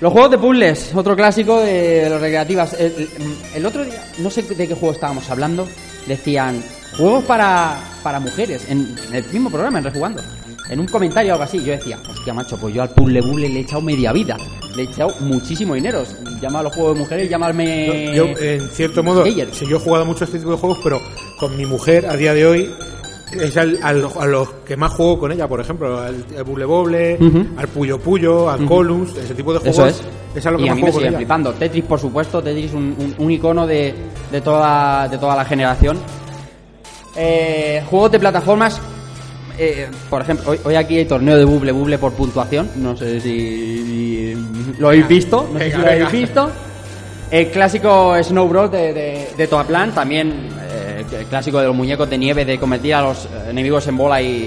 Speaker 1: Los juegos de puzzles, otro clásico de las recreativas. El, el- el otro día, no sé de qué juego estábamos hablando, decían juegos para, para mujeres, en, en el mismo programa, en Rejugando. En un comentario o algo así, yo decía, hostia macho, pues yo al puzzle bulle le he echado media vida, le he echado muchísimo dinero. Llama a los juegos de mujeres, llamarme.
Speaker 4: Yo, en cierto modo,
Speaker 1: Geyer.
Speaker 4: si yo he jugado mucho a este tipo de juegos, pero con mi mujer a día de hoy es al, al- a los que más juego con ella, por ejemplo, al, al Buble Boble,
Speaker 1: Ujú.
Speaker 4: al Puyo Puyo, al Columns, ese tipo de
Speaker 1: Eso
Speaker 4: juegos.
Speaker 1: es.
Speaker 4: a lo que
Speaker 1: y a
Speaker 4: más
Speaker 1: mí me
Speaker 4: juego con
Speaker 1: siguen
Speaker 4: ella.
Speaker 1: flipando. Tetris, por supuesto, Tetris un, un, un icono de, de, toda, de toda la generación. Eh, juegos de plataformas. eh, por ejemplo, hoy, hoy aquí hay torneo de buble buble por puntuación. No sé si, si lo habéis visto. No sé
Speaker 4: Venga,
Speaker 1: si lo habéis
Speaker 4: venga.
Speaker 1: visto. El clásico Snow Bros de, de, de Toaplan, también eh, el clásico de los muñecos de nieve, de convertir a los eh, enemigos en bola y,